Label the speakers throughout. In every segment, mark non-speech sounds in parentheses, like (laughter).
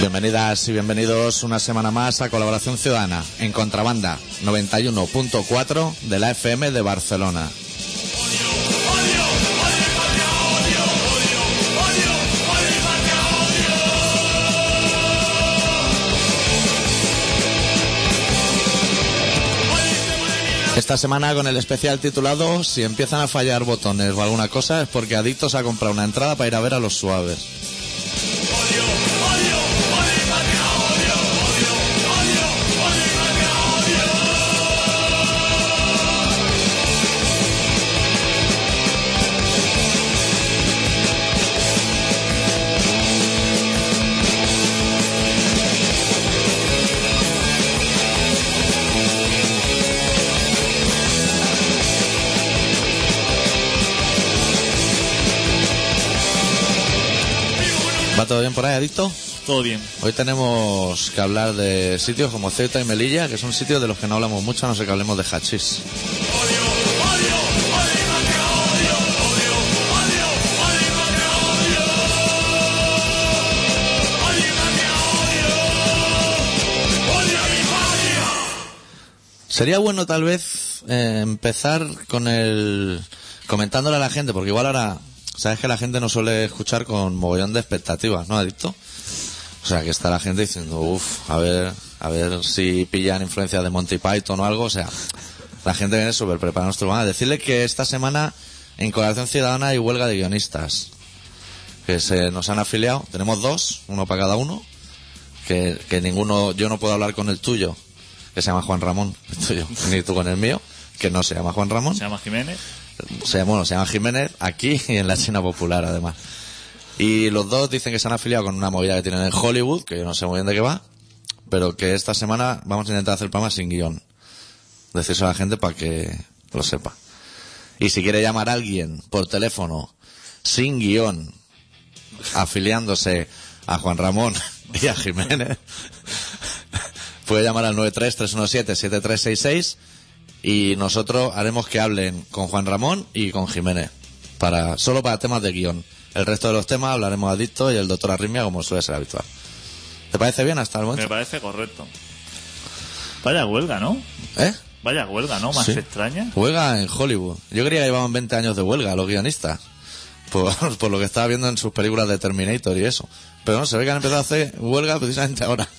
Speaker 1: Bienvenidas y bienvenidos una semana más a Colaboración Ciudadana en Contrabanda 91.4 de la FM de Barcelona. Esta semana con el especial titulado Si empiezan a fallar botones o alguna cosa es porque Adictos ha comprado una entrada para ir a ver a los suaves. ¿Va todo bien por ahí, Adicto?
Speaker 2: Todo bien.
Speaker 1: Hoy tenemos que hablar de sitios como Ceuta y Melilla, que son sitios de los que no hablamos mucho, a no sé que hablemos de hachís. Sería bueno tal vez eh, empezar con el comentándole a la gente, porque igual ahora sabes que la gente no suele escuchar con mogollón de expectativas, ¿no, adicto? O sea, que está la gente diciendo, uff, a ver, a ver si pillan influencias de Monty Python o algo. O sea, la gente viene súper preparada a nuestro programa. Decirle que esta semana en Colaboración Ciudadana hay huelga de guionistas que se nos han afiliado. Tenemos dos, uno para cada uno. Que, que ninguno, yo no puedo hablar con el tuyo, que se llama Juan Ramón, (laughs) el tuyo, ni tú con el mío, que no se llama Juan Ramón
Speaker 2: Se llama Jiménez.
Speaker 1: se, bueno, se llama Jiménez aquí y en la China Popular además. Y los dos dicen que se han afiliado con una movida que tienen en Hollywood, que yo no sé muy bien de qué va, pero que esta semana vamos a intentar hacer el programa sin guión. Decirse a la gente para que lo sepa. Y si quiere llamar a alguien por teléfono, sin guión, afiliándose a Juan Ramón (laughs) y a Jiménez, (laughs) puede llamar al 93317-7366 y nosotros haremos que hablen con Juan Ramón y con Jiménez, para solo para temas de guión. El resto de los temas hablaremos adicto y el doctor Arrimia como suele ser habitual. ¿Te parece bien hasta el
Speaker 2: Me
Speaker 1: momento?
Speaker 2: parece correcto. Vaya huelga, ¿no?
Speaker 1: ¿Eh?
Speaker 2: Vaya huelga, ¿no? Más
Speaker 1: Sí.
Speaker 2: extraña.
Speaker 1: Huelga en Hollywood. Yo creía que llevaban 20 años de huelga los guionistas. Por, (laughs) por lo que estaba viendo en sus películas de Terminator y eso. Pero no, se ve que han empezado a hacer huelga precisamente ahora. (laughs)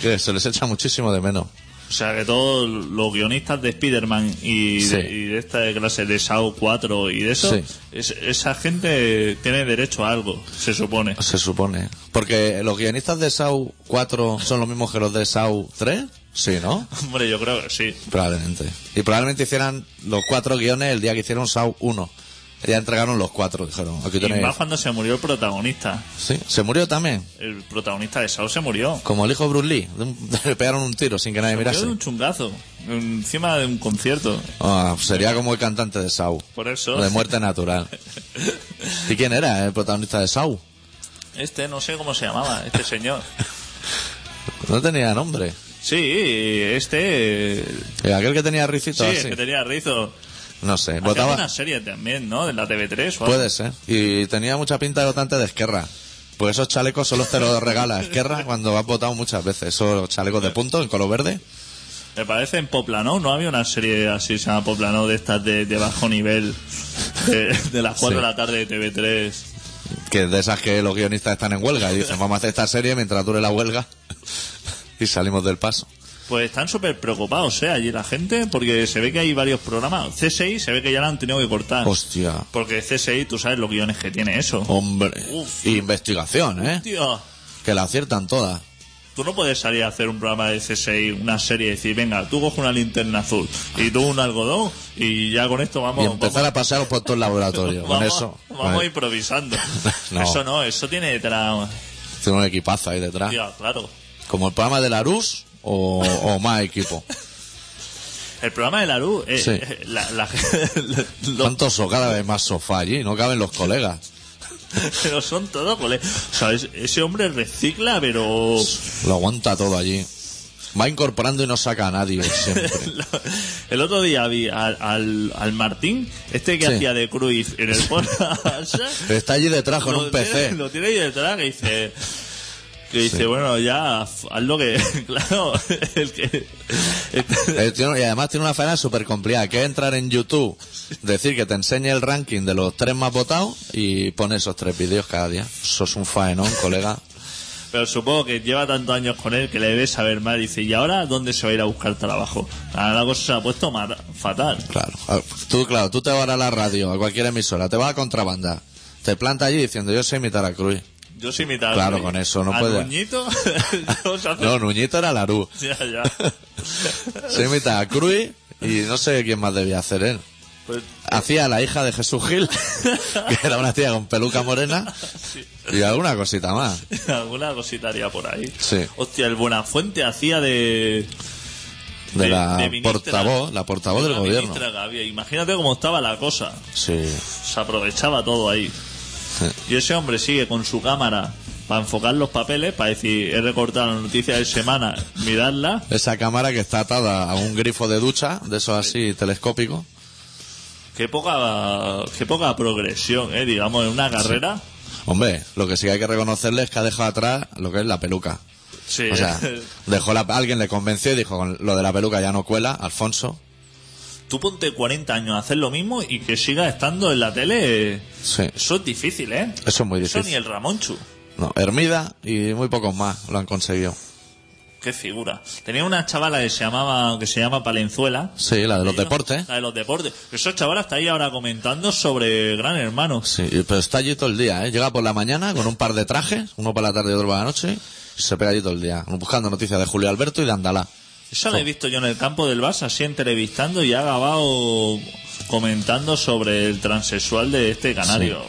Speaker 1: Que se les echa muchísimo de menos.
Speaker 2: O sea, que todos los guionistas de Spider-Man y,
Speaker 1: Sí.
Speaker 2: de- y de esta clase de SAO 4 y de eso,
Speaker 1: Sí.
Speaker 2: es- esa gente tiene derecho a algo, se supone.
Speaker 1: Se supone. Porque los guionistas de SAU 4 son los mismos que los de SAU 3. Sí, ¿no?
Speaker 2: Hombre, yo creo que sí.
Speaker 1: Probablemente. Y probablemente hicieran los cuatro guiones el día que hicieron SAU 1. Ya entregaron los cuatro, dijeron. Aquí
Speaker 2: Y
Speaker 1: tenéis.
Speaker 2: más cuando se murió el protagonista.
Speaker 1: Sí, se murió también.
Speaker 2: El protagonista de SAO se murió.
Speaker 1: Como el hijo de Bruce Lee. De un- (laughs) Le pegaron un tiro sin que nadie
Speaker 2: Murió
Speaker 1: mirase.
Speaker 2: de un chungazo, encima de un concierto.
Speaker 1: Ah, sería como el cantante de Sau.
Speaker 2: Por eso.
Speaker 1: De muerte
Speaker 2: (laughs)
Speaker 1: natural. ¿Y quién era eh, el protagonista de Sau?
Speaker 2: Este, no sé cómo se llamaba, este
Speaker 1: (laughs)
Speaker 2: señor.
Speaker 1: No tenía nombre.
Speaker 2: Sí, este. eh,
Speaker 1: Eh, Aquel que tenía ricito
Speaker 2: Sí, el
Speaker 1: así.
Speaker 2: que tenía rizo.
Speaker 1: No sé,
Speaker 2: Hacía
Speaker 1: votaba.
Speaker 2: una serie también, ¿no? De la TV3 o algo.
Speaker 1: Puede ser. Y tenía mucha pinta de votante de Esquerra. Pues esos chalecos solo te los regala Esquerra cuando has votado muchas veces. Esos chalecos de punto en color verde.
Speaker 2: Me parece en Poplano, ¿no? Había una serie así, se llama Poplano, de estas de, de bajo nivel, de, de las 4
Speaker 1: Sí.
Speaker 2: de la tarde de TV3.
Speaker 1: Que de esas que los guionistas están en huelga y dicen, vamos a hacer esta serie mientras dure la huelga. (laughs) y salimos del paso.
Speaker 2: Pues están súper preocupados, ¿eh? Allí la gente, porque se ve que hay varios programas. CSI se ve que ya la han tenido que cortar.
Speaker 1: Hostia.
Speaker 2: Porque CSI, tú sabes los guiones que tiene eso.
Speaker 1: Hombre.
Speaker 2: Uf.
Speaker 1: Investigación, ¿eh?
Speaker 2: Tío,
Speaker 1: Que la aciertan todas.
Speaker 2: tú no puedes salir a hacer un programa de CSI, una serie, y decir, venga, tú coges una linterna azul y tú un algodón y ya con esto vamos...
Speaker 1: y empezar a pasar por todo el laboratorio.
Speaker 2: vamos-
Speaker 1: con
Speaker 2: vamos-
Speaker 1: eso. Pues,
Speaker 2: Vamos
Speaker 1: con el-
Speaker 2: improvisando.
Speaker 1: (laughs) No.
Speaker 2: Eso no, eso tiene detrás...
Speaker 1: Tiene un equipazo ahí detrás.
Speaker 2: Tío, claro.
Speaker 1: Como el programa de Larus o, o más equipo.
Speaker 2: El programa de la luz, eh,
Speaker 1: Sí.
Speaker 2: eh, la, la- (laughs) (laughs) lo-
Speaker 1: ¿Cuántos so- cada vez más sofá allí? No caben los colegas.
Speaker 2: pero son todos cole- O sea, es- ese hombre recicla, pero
Speaker 1: Lo aguanta todo allí. Va incorporando y no saca a
Speaker 2: (laughs)
Speaker 1: nadie siempre.
Speaker 2: (laughs) el otro día vi al, al, al Martín, este que
Speaker 1: Sí.
Speaker 2: hacía de Cruz en el Forza,
Speaker 1: Está allí detrás Ah,
Speaker 2: (laughs)
Speaker 1: con
Speaker 2: lo
Speaker 1: un
Speaker 2: tiene-
Speaker 1: PC.
Speaker 2: lo tiene ahí detrás que dice. Que dice,
Speaker 1: Sí.
Speaker 2: bueno, ya, haz lo que. (laughs) Claro, el que. este, el-
Speaker 1: Eh, tiene- y además tiene una faena súper complicada, que es entrar en YouTube, decir que te enseñe el ranking de los tres más votados y pone esos tres vídeos cada día. Sos un faenón, colega.
Speaker 2: pero supongo que lleva tantos años con él que le debe saber mal. Dice, ¿y ahora dónde se va a ir a buscar trabajo? Ahora la cosa se ha puesto mara- fatal.
Speaker 1: Claro. Ah, Tú, claro, tú te vas a la radio, a cualquier emisora, te vas a contrabanda. Te planta allí diciendo, yo soy imitar a Cruz.
Speaker 2: Yo soy mitad.
Speaker 1: Claro, con eso no
Speaker 2: Al
Speaker 1: puede. (laughs)
Speaker 2: Muñito, (laughs) no se hace-
Speaker 1: No, Nuñito era Larú.
Speaker 2: (laughs) Ya, ya.
Speaker 1: Soy imitar a Cruz y no sé quién más debía hacer él.
Speaker 2: Pues, (laughs)
Speaker 1: Hacía la hija de Jesús Gil, (laughs) que era una tía con peluca morena,
Speaker 2: sí.
Speaker 1: y alguna cosita más.
Speaker 2: Alguna cosita haría por ahí.
Speaker 1: Sí.
Speaker 2: Hostia, el Buenafuente hacía de.
Speaker 1: De,
Speaker 2: de-
Speaker 1: la
Speaker 2: de ministra.
Speaker 1: portavoz, la portavoz
Speaker 2: de
Speaker 1: del
Speaker 2: la
Speaker 1: gobierno.
Speaker 2: ministra que había. Imagínate cómo estaba la cosa.
Speaker 1: Sí.
Speaker 2: Se aprovechaba todo ahí. Y ese hombre sigue con su cámara para enfocar los papeles, para decir, he recortado la noticia de semana, miradla.
Speaker 1: Esa cámara que está atada a un grifo de ducha, de esos así telescópicos.
Speaker 2: Qué poca, qué poca progresión, eh, digamos, en una carrera.
Speaker 1: Hombre, lo que sí que hay que reconocerle es que ha dejado atrás lo que es la peluca.
Speaker 2: Sí.
Speaker 1: O sea, dejó la, alguien le convenció y dijo, "Con lo de la peluca ya no cuela, Alfonso.
Speaker 2: (laughs) Tú ponte 40 años a hacer lo mismo y que siga estando en la tele. eh,
Speaker 1: Sí.
Speaker 2: Eso es difícil, ¿eh?
Speaker 1: Eso es muy
Speaker 2: Eso ni
Speaker 1: difícil.
Speaker 2: el Ramonchu.
Speaker 1: No, Hermida y muy pocos más lo han conseguido.
Speaker 2: Qué figura. Tenía una chavala que se llamaba que se llama Palenzuela.
Speaker 1: Sí, la de los
Speaker 2: Ellos-
Speaker 1: deportes.
Speaker 2: La de los deportes. Esos chavalas está ahí ahora comentando sobre Gran Hermano.
Speaker 1: Sí, y- pero está allí todo el día, ¿eh? Llega por la mañana con un par de trajes, uno para la tarde y otro para la noche, y se pega allí todo el día, buscando noticias de Julio Alberto y de Andalá.
Speaker 2: Eso lo he visto yo en el campo del Barça, así entrevistando y ha acabado comentando sobre el transexual de este canario.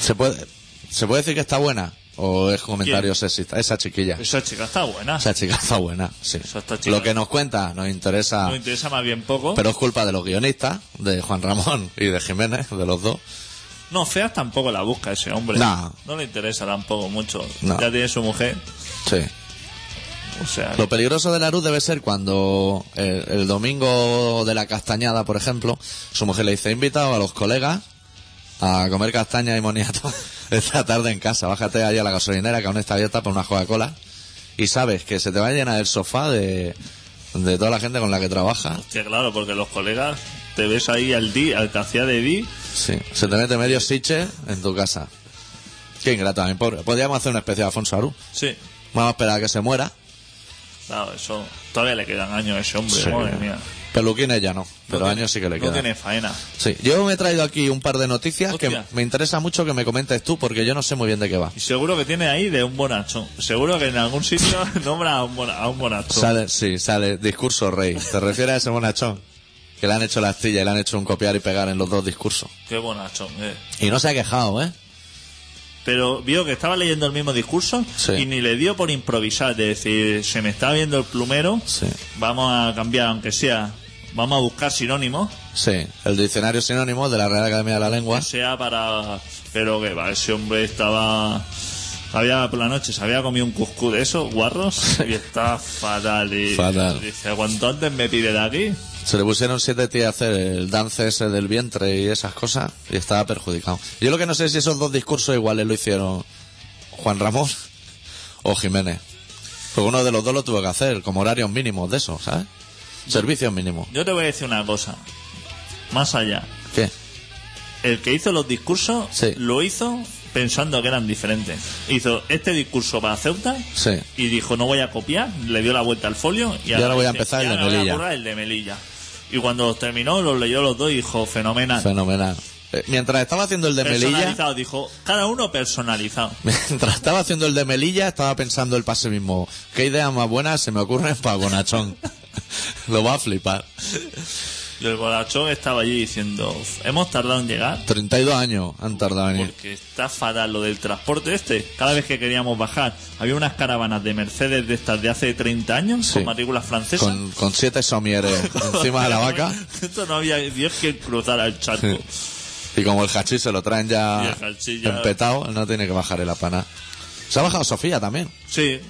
Speaker 1: ¿Se puede, ¿Se puede decir que está buena? ¿O es comentario
Speaker 2: ¿Quién?
Speaker 1: sexista? Esa chiquilla.
Speaker 2: Esa chica está buena.
Speaker 1: Esa chica está buena, sí.
Speaker 2: está chica.
Speaker 1: Lo que nos cuenta nos interesa,
Speaker 2: Me interesa más bien poco.
Speaker 1: pero es culpa de los guionistas, de Juan Ramón y de Jiménez, de los dos.
Speaker 2: No, feas tampoco la busca ese hombre.
Speaker 1: No.
Speaker 2: No le interesa tampoco mucho.
Speaker 1: No.
Speaker 2: Ya tiene su mujer.
Speaker 1: Sí.
Speaker 2: O sea,
Speaker 1: Lo peligroso de la luz debe ser cuando eh, el, domingo de la castañada, por ejemplo, su mujer le dice, he invitado a los colegas a comer castaña y moniato (laughs) esta tarde en casa. Bájate allá a la gasolinera que aún está abierta por una Coca-Cola. Y sabes que se te va a llenar el sofá de, de toda la gente con la que trabaja.
Speaker 2: hostia, claro, porque los colegas te ves ahí al di, al que hacía de di.
Speaker 1: Sí. Se te mete medio siche en tu casa. Qué ingrato, mi pobre. Podríamos hacer una especie de Afonso Aru.
Speaker 2: Sí.
Speaker 1: Vamos a esperar a que se muera.
Speaker 2: Claro, eso. Todavía le quedan años a ese hombre, madre mía.
Speaker 1: Peluquines ya no, pero
Speaker 2: No tiene-
Speaker 1: años sí que le
Speaker 2: No
Speaker 1: quedan.
Speaker 2: tiene faena.
Speaker 1: Sí, yo me he traído aquí un par de noticias
Speaker 2: Hostia.
Speaker 1: que me interesa mucho que me comentes tú porque yo no sé muy bien de qué va.
Speaker 2: Y seguro que tiene ahí de un bonacho. Seguro que en algún sitio (laughs) nombra a un, bona- a un bonacho.
Speaker 1: Sale, sí, sale discurso rey. ¿Te refieres a ese bonachón? Que le han hecho la astilla y le han hecho un copiar y pegar en los dos discursos.
Speaker 2: Qué bonacho. eh.
Speaker 1: Y no se ha quejado, ¿eh?
Speaker 2: Pero vio que estaba leyendo el mismo discurso
Speaker 1: Sí.
Speaker 2: y ni le dio por improvisar. De decir, se me está viendo el plumero.
Speaker 1: Sí.
Speaker 2: Vamos a cambiar, aunque sea. Vamos a buscar sinónimos.
Speaker 1: Sí, el diccionario sinónimo de la Real Academia de la Lengua.
Speaker 2: sea para. Pero que va, ese hombre estaba. Había por la noche, se había comido un cuscú de esos guarros y está fatal. Y,
Speaker 1: Fatal.
Speaker 2: Dice, cuanto antes me pide de aquí.
Speaker 1: Se le pusieron siete tías a hacer el dance ese del vientre y esas cosas y estaba perjudicado. Yo lo que no sé es si esos dos discursos iguales lo hicieron Juan Ramón (laughs) o Jiménez. Porque uno de los dos lo tuvo que hacer, como horarios mínimos de eso, ¿sabes? Servicios mínimos.
Speaker 2: Yo te voy a decir una cosa. Más allá.
Speaker 1: ¿Qué?
Speaker 2: El que hizo los discursos
Speaker 1: Sí.
Speaker 2: lo hizo pensando que eran diferentes. Hizo este discurso para Ceuta
Speaker 1: Sí.
Speaker 2: y dijo no voy a copiar, le dio la vuelta al folio y
Speaker 1: ahora voy a
Speaker 2: dice,
Speaker 1: empezar
Speaker 2: "Y
Speaker 1: el de
Speaker 2: ahora voy a
Speaker 1: Melilla".
Speaker 2: currar el de Melilla. Y cuando los terminó, los leyó los dos y dijo fenomenal.
Speaker 1: Fenomenal. Eh, mientras estaba haciendo el de Melilla,
Speaker 2: Ah. personalizado, dijo, cada uno personalizado.
Speaker 1: (laughs) mientras estaba haciendo el de Melilla, estaba pensando el pase mismo. ¿Qué ideas más buenas se me ocurren para Bonachón? (laughs) lo va a flipar.
Speaker 2: Y el bolachón estaba allí diciendo, hemos tardado en llegar
Speaker 1: 32 años han tardado en ir.
Speaker 2: porque está fatal lo del transporte este. Cada vez que queríamos bajar, había unas caravanas de Mercedes de estas de hace 30 años
Speaker 1: Sí.
Speaker 2: con matrícula francesa.
Speaker 1: Con, con
Speaker 2: (laughs)
Speaker 1: siete somieres encima de la vaca.
Speaker 2: Esto no había Dios que cruzara el charco.
Speaker 1: Y como el hachís se lo traen
Speaker 2: Y
Speaker 1: ya
Speaker 2: el hachís ya-
Speaker 1: empetado, no tiene que bajar el apana. Se ha bajado Sofía también.
Speaker 2: Sí.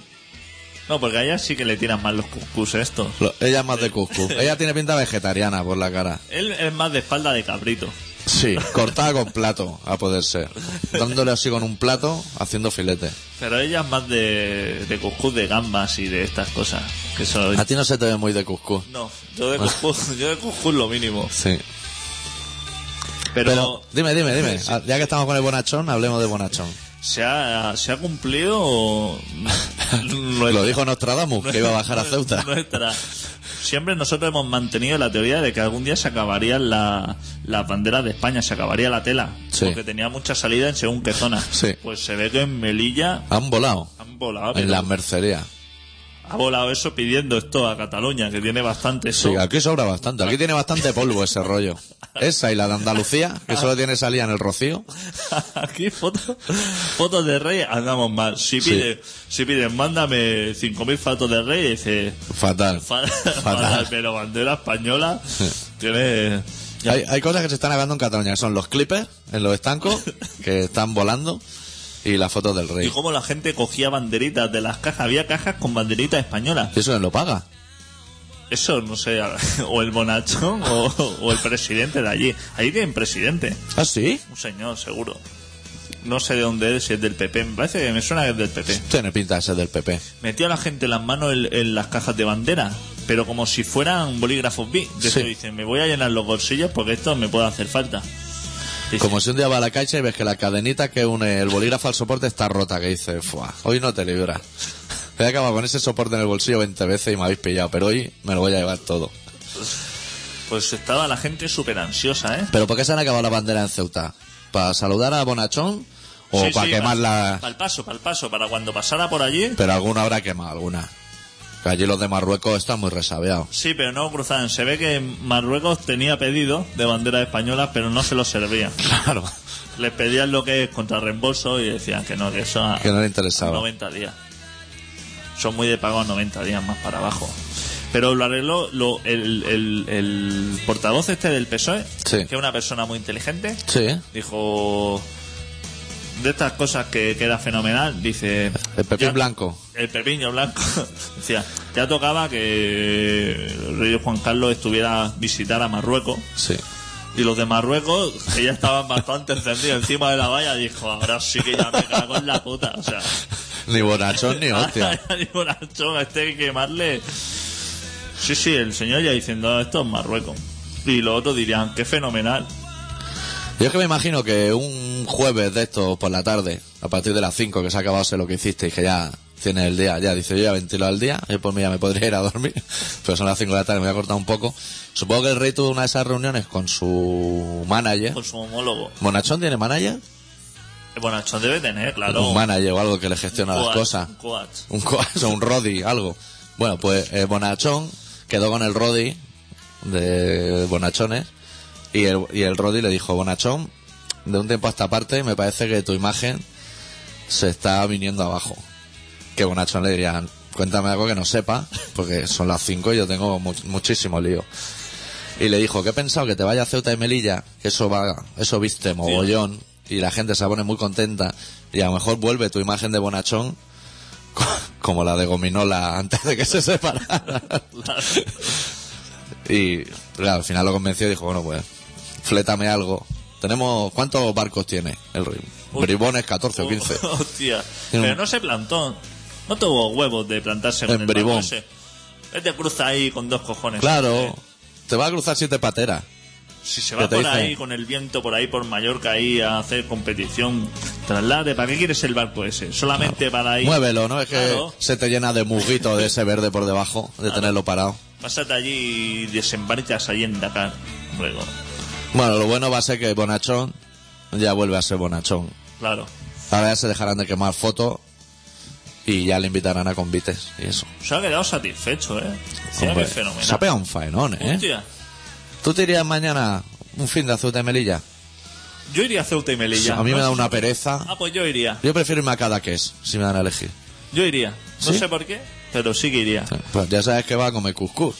Speaker 2: No, porque a ella sí que le tiran mal los cuscús estos.
Speaker 1: Lo- ella es más de Cuscu. Ella tiene pinta vegetariana por la cara.
Speaker 2: Él es más de espalda de cabrito.
Speaker 1: Sí, cortada con plato, a poder ser. Dándole así con un plato, haciendo filete.
Speaker 2: Pero ella es más de, de cuscús de gambas y de estas cosas. Que soy.
Speaker 1: A ti no se te ve muy de cuscús.
Speaker 2: No, yo de cuscús, (laughs) yo de cuscús lo mínimo.
Speaker 1: Sí.
Speaker 2: Pero,
Speaker 1: Pero, dime, dime, dime. Ah, Ya que estamos con el bonachón, hablemos de bonachón.
Speaker 2: ¿se, ha, se ha cumplido.
Speaker 1: (laughs)
Speaker 2: nuestra-
Speaker 1: Lo dijo Nostradamus, que iba a bajar a
Speaker 2: (laughs)
Speaker 1: Ceuta.
Speaker 2: Nuestra- Siempre nosotros hemos mantenido la teoría de que algún día se acabarían la- las banderas de España, se acabaría la tela.
Speaker 1: Sí.
Speaker 2: Porque tenía mucha salida en según qué zona.
Speaker 1: Sí.
Speaker 2: Pues se ve que en Melilla
Speaker 1: Han volado
Speaker 2: han volado.
Speaker 1: en
Speaker 2: pero
Speaker 1: las mercerías.
Speaker 2: Ha volado eso pidiendo esto a Cataluña, que tiene bastante eso.
Speaker 1: Sí, aquí sobra bastante. Aquí tiene bastante polvo ese rollo. Esa y la de Andalucía, que solo tiene salida en el Rocío.
Speaker 2: (laughs) Aquí fotos fotos de rey andamos mal. Si
Speaker 1: Sí.
Speaker 2: piden, si piden, mándame 5.000 fotos de rey, dice,
Speaker 1: Fatal.
Speaker 2: fa- (laughs) pero bandera española, tiene... ya,
Speaker 1: Hay, hay cosas que se están hablando en Cataluña, que son los clippers en los estancos, que están volando, y las fotos del
Speaker 2: Y
Speaker 1: rey.
Speaker 2: cómo la gente cogía banderitas de las cajas, había cajas con banderitas españolas.
Speaker 1: Y eso no lo paga.
Speaker 2: Eso, no sé, (laughs) o el bonachón o, o el presidente de allí. Allí tienen presidente,
Speaker 1: ¿Ah, sí?
Speaker 2: un señor, seguro. No sé de dónde es, si es del PP, me parece que me suena que es del PP.
Speaker 1: Tiene pinta de ser del PP.
Speaker 2: metía a la gente las manos en, en las cajas de bandera, pero como si fueran bolígrafos B. De eso
Speaker 1: Sí.
Speaker 2: dicen, me voy a llenar los bolsillos porque esto me puede hacer falta. Dice,
Speaker 1: Como si un día vas a la caixa y ves que la cadenita que une el bolígrafo al soporte está rota, que dices, "Fua, hoy no te libras. He acabado con ese soporte en el bolsillo 20 veces y me habéis pillado, pero hoy me lo voy a llevar todo.
Speaker 2: Pues estaba la gente súper ansiosa, ¿eh?
Speaker 1: ¿Pero por qué se han acabado las banderas en Ceuta? ¿Para saludar a Bonachón? ¿O
Speaker 2: Sí,
Speaker 1: para
Speaker 2: sí,
Speaker 1: quemarla?
Speaker 2: Para el paso, para el paso, para cuando pasara por allí.
Speaker 1: Pero alguna habrá quemado, alguna. Que allí los de Marruecos están muy resabiados.
Speaker 2: Sí, pero no cruzaban. Se ve que Marruecos tenía pedidos de banderas españolas, pero no se los servía.
Speaker 1: Claro.
Speaker 2: Les pedían lo que es contra reembolso y decían que no, que eso a-
Speaker 1: Que no le interesaba.
Speaker 2: 90 días. Son muy de pago a 90 días más para abajo. Pero lo arregló lo- el, el- el portavoz este del PSOE,
Speaker 1: Sí.
Speaker 2: que es una persona muy inteligente.
Speaker 1: Sí, ¿eh?
Speaker 2: Dijo de estas cosas que queda fenomenal. Dice:
Speaker 1: El pepín
Speaker 2: "Ya-
Speaker 1: blanco.
Speaker 2: El pepiño blanco. (laughs) Decía: Ya tocaba que el rey Juan Carlos estuviera visitar a Marruecos.
Speaker 1: Sí.
Speaker 2: Y los de Marruecos, que ya estaban bastante encendidos encima de la valla, dijo: Ahora sí que ya me cago en la puta. O sea.
Speaker 1: Ni Bonachón ni
Speaker 2: (laughs)
Speaker 1: hostia.
Speaker 2: Ni bonachón, a este hay que quemarle. Sí, sí, el señor ya diciendo esto es Marruecos. Y los otros dirían, qué fenomenal.
Speaker 1: Yo es que me imagino que un jueves de estos por la tarde, a partir de las 5, que se ha acabado sé lo que hiciste y que ya tienes el día, ya dice yo ya ventilo al día, yo por mí ya me podría ir a dormir, (laughs) pero son las 5 de la tarde, me voy a cortar un poco. Supongo que el rey tuvo una de esas reuniones con su manager.
Speaker 2: Con su homólogo.
Speaker 1: ¿Bonachón tiene manager?
Speaker 2: El bonachón debe tener, claro.
Speaker 1: Un manager o algo que le gestiona las
Speaker 2: coach,
Speaker 1: cosas.
Speaker 2: un coach.
Speaker 1: Un coaso, un Roddy, algo. Bueno, pues eh, Bonachón quedó con el Roddy de Bonachones y el, y el Roddy le dijo, Bonachón, de un tiempo a esta parte me parece que tu imagen se está viniendo abajo. Que Bonachón le diría, cuéntame algo que no sepa, porque son las 5 y yo tengo mu- muchísimo lío. Y le dijo, que he pensado que te vaya a Ceuta y Melilla, que eso va, eso viste mogollón, y la gente se pone muy contenta, y a lo mejor vuelve tu imagen de Bonachón co- (laughs) como la de Gominola antes de que se separara. (laughs) y claro, al final lo convenció y dijo, bueno, pues, flétame algo. Tenemos, ¿cuántos barcos tiene el río?
Speaker 2: Uy.
Speaker 1: Bribones 14 o 15.
Speaker 2: Oh, (laughs) Hostia.
Speaker 1: Tiene
Speaker 2: Pero
Speaker 1: un-
Speaker 2: no se plantó. No tuvo huevos de plantarse con
Speaker 1: En
Speaker 2: el
Speaker 1: bribón.
Speaker 2: barco ese. Vete cruza ahí con dos cojones.
Speaker 1: (laughs)
Speaker 2: Eh,
Speaker 1: Claro, te va a cruzar siete pateras.
Speaker 2: Si se
Speaker 1: ¿Qué
Speaker 2: va
Speaker 1: te
Speaker 2: por
Speaker 1: dice?
Speaker 2: ahí con el viento por ahí por Mallorca ahí a hacer competición traslade, ¿para qué quieres el barco ese? Solamente para ir.
Speaker 1: Muévelo, ¿no? Es que
Speaker 2: Claro.
Speaker 1: se te llena de musguito de ese verde por debajo, de tenerlo parado.
Speaker 2: Pásate allí y desembarcas allí en Dakar. Hombre, no.
Speaker 1: Bueno, lo bueno va a ser que Bonachón ya vuelve a ser Bonachón.
Speaker 2: claro.
Speaker 1: Ahora ya se dejarán de quemar fotos y ya le invitarán a convites y eso.
Speaker 2: Se ha quedado satisfecho, ¿eh? Sí,
Speaker 1: Hombre,
Speaker 2: qué fenomenal.
Speaker 1: se ha pegado un faenón, ¿eh?
Speaker 2: Hostia,
Speaker 1: ¿Tú te irías mañana un fin de azul de Melilla?
Speaker 2: yo iría a Ceuta y Melilla.
Speaker 1: a mí me
Speaker 2: No
Speaker 1: da
Speaker 2: sé
Speaker 1: una
Speaker 2: si-
Speaker 1: pereza.
Speaker 2: Ah, pues yo iría.
Speaker 1: Yo prefiero irme a Cadaqués, si me dan a elegir.
Speaker 2: Yo iría. No
Speaker 1: ¿Sí?
Speaker 2: sé por qué, pero sí que iría.
Speaker 1: Pues ya sabes que va a comer cuscús.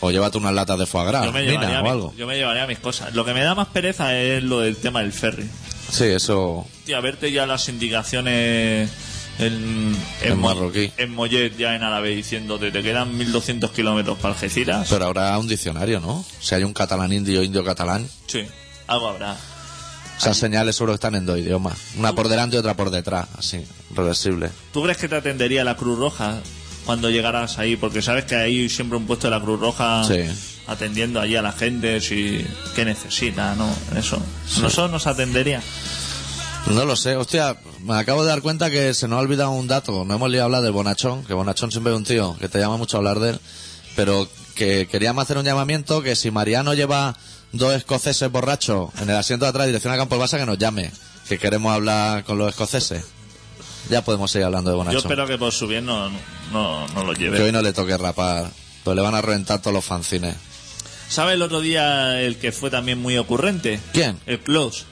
Speaker 1: O llévate unas latas de foie gras,
Speaker 2: Yo me,
Speaker 1: mina,
Speaker 2: llevaría
Speaker 1: Ah, o
Speaker 2: mis-
Speaker 1: algo.
Speaker 2: yo me llevaría mis cosas. Lo que me da más pereza es lo del tema del ferry.
Speaker 1: Sí, eso...
Speaker 2: Hostia, verte ya las indicaciones en,
Speaker 1: En
Speaker 2: Mo-
Speaker 1: marroquí.
Speaker 2: En Mollet, ya en árabe, diciéndote te quedan 1200 kilómetros para Algeciras.
Speaker 1: Pero habrá un diccionario, ¿no? Si hay un catalán indio, indio catalán.
Speaker 2: Sí. algo habrá.
Speaker 1: Esas señales seguro que están en dos idiomas. Una por delante y otra por detrás, así, reversible.
Speaker 2: ¿Tú crees que te atendería la Cruz Roja cuando llegaras ahí? Porque sabes que hay siempre un puesto de la Cruz Roja
Speaker 1: Sí.
Speaker 2: atendiendo allí a la gente si que necesita, ¿no? Eso. Nosotros nos atendería.
Speaker 1: No lo sé, hostia, me acabo de dar cuenta que se nos ha olvidado un dato. No hemos liado a hablar del Bonachón, que Bonachón siempre es un tío que te llama mucho a hablar de él. Pero que queríamos hacer un llamamiento que si Mariano lleva dos escoceses borrachos en el asiento de atrás, dirección a Campos Basa, que nos llame. Que queremos hablar con los escoceses. Ya podemos seguir hablando de
Speaker 2: Yo
Speaker 1: Bonachón.
Speaker 2: espero que por subir no, no, no lo
Speaker 1: Que
Speaker 2: lleve.
Speaker 1: hoy no le toque rapar, pues le van a reventar todos los fanzines.
Speaker 2: ¿Sabes el otro día el que fue también muy ocurrente?
Speaker 1: ¿Quién?
Speaker 2: El Close.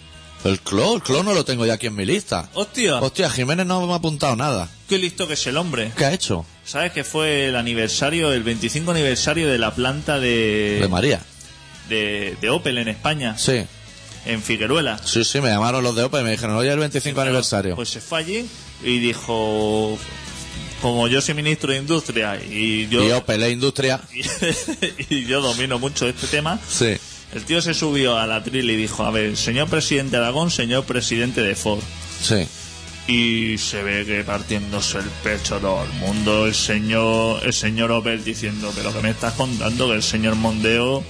Speaker 1: El Clo, el Clo no lo tengo ya aquí en mi lista.
Speaker 2: ¡Hostia!
Speaker 1: Hostia, Jiménez no me ha apuntado nada.
Speaker 2: ¡Qué listo que es el hombre!
Speaker 1: ¿Qué ha hecho?
Speaker 2: ¿Sabes que fue el aniversario, el 25 aniversario de la planta
Speaker 1: De
Speaker 2: de,
Speaker 1: María.
Speaker 2: de, de Opel en España,
Speaker 1: Sí.
Speaker 2: en Figueruela?
Speaker 1: Sí, sí, me llamaron los de OPE y me dijeron, hoy es el 25 aniversario.
Speaker 2: Pues se fue allí y dijo, como yo soy ministro de Industria y yo,
Speaker 1: Y OPE, la industria.
Speaker 2: (laughs) y yo domino mucho este tema,
Speaker 1: Sí.
Speaker 2: el tío se subió a la tril y dijo, a ver, señor presidente Aragón, señor presidente de Ford.
Speaker 1: Sí.
Speaker 2: Y se ve que partiéndose el pecho todo el mundo, el señor, el señor Opel diciendo, pero que me estás contando que el señor Mondeo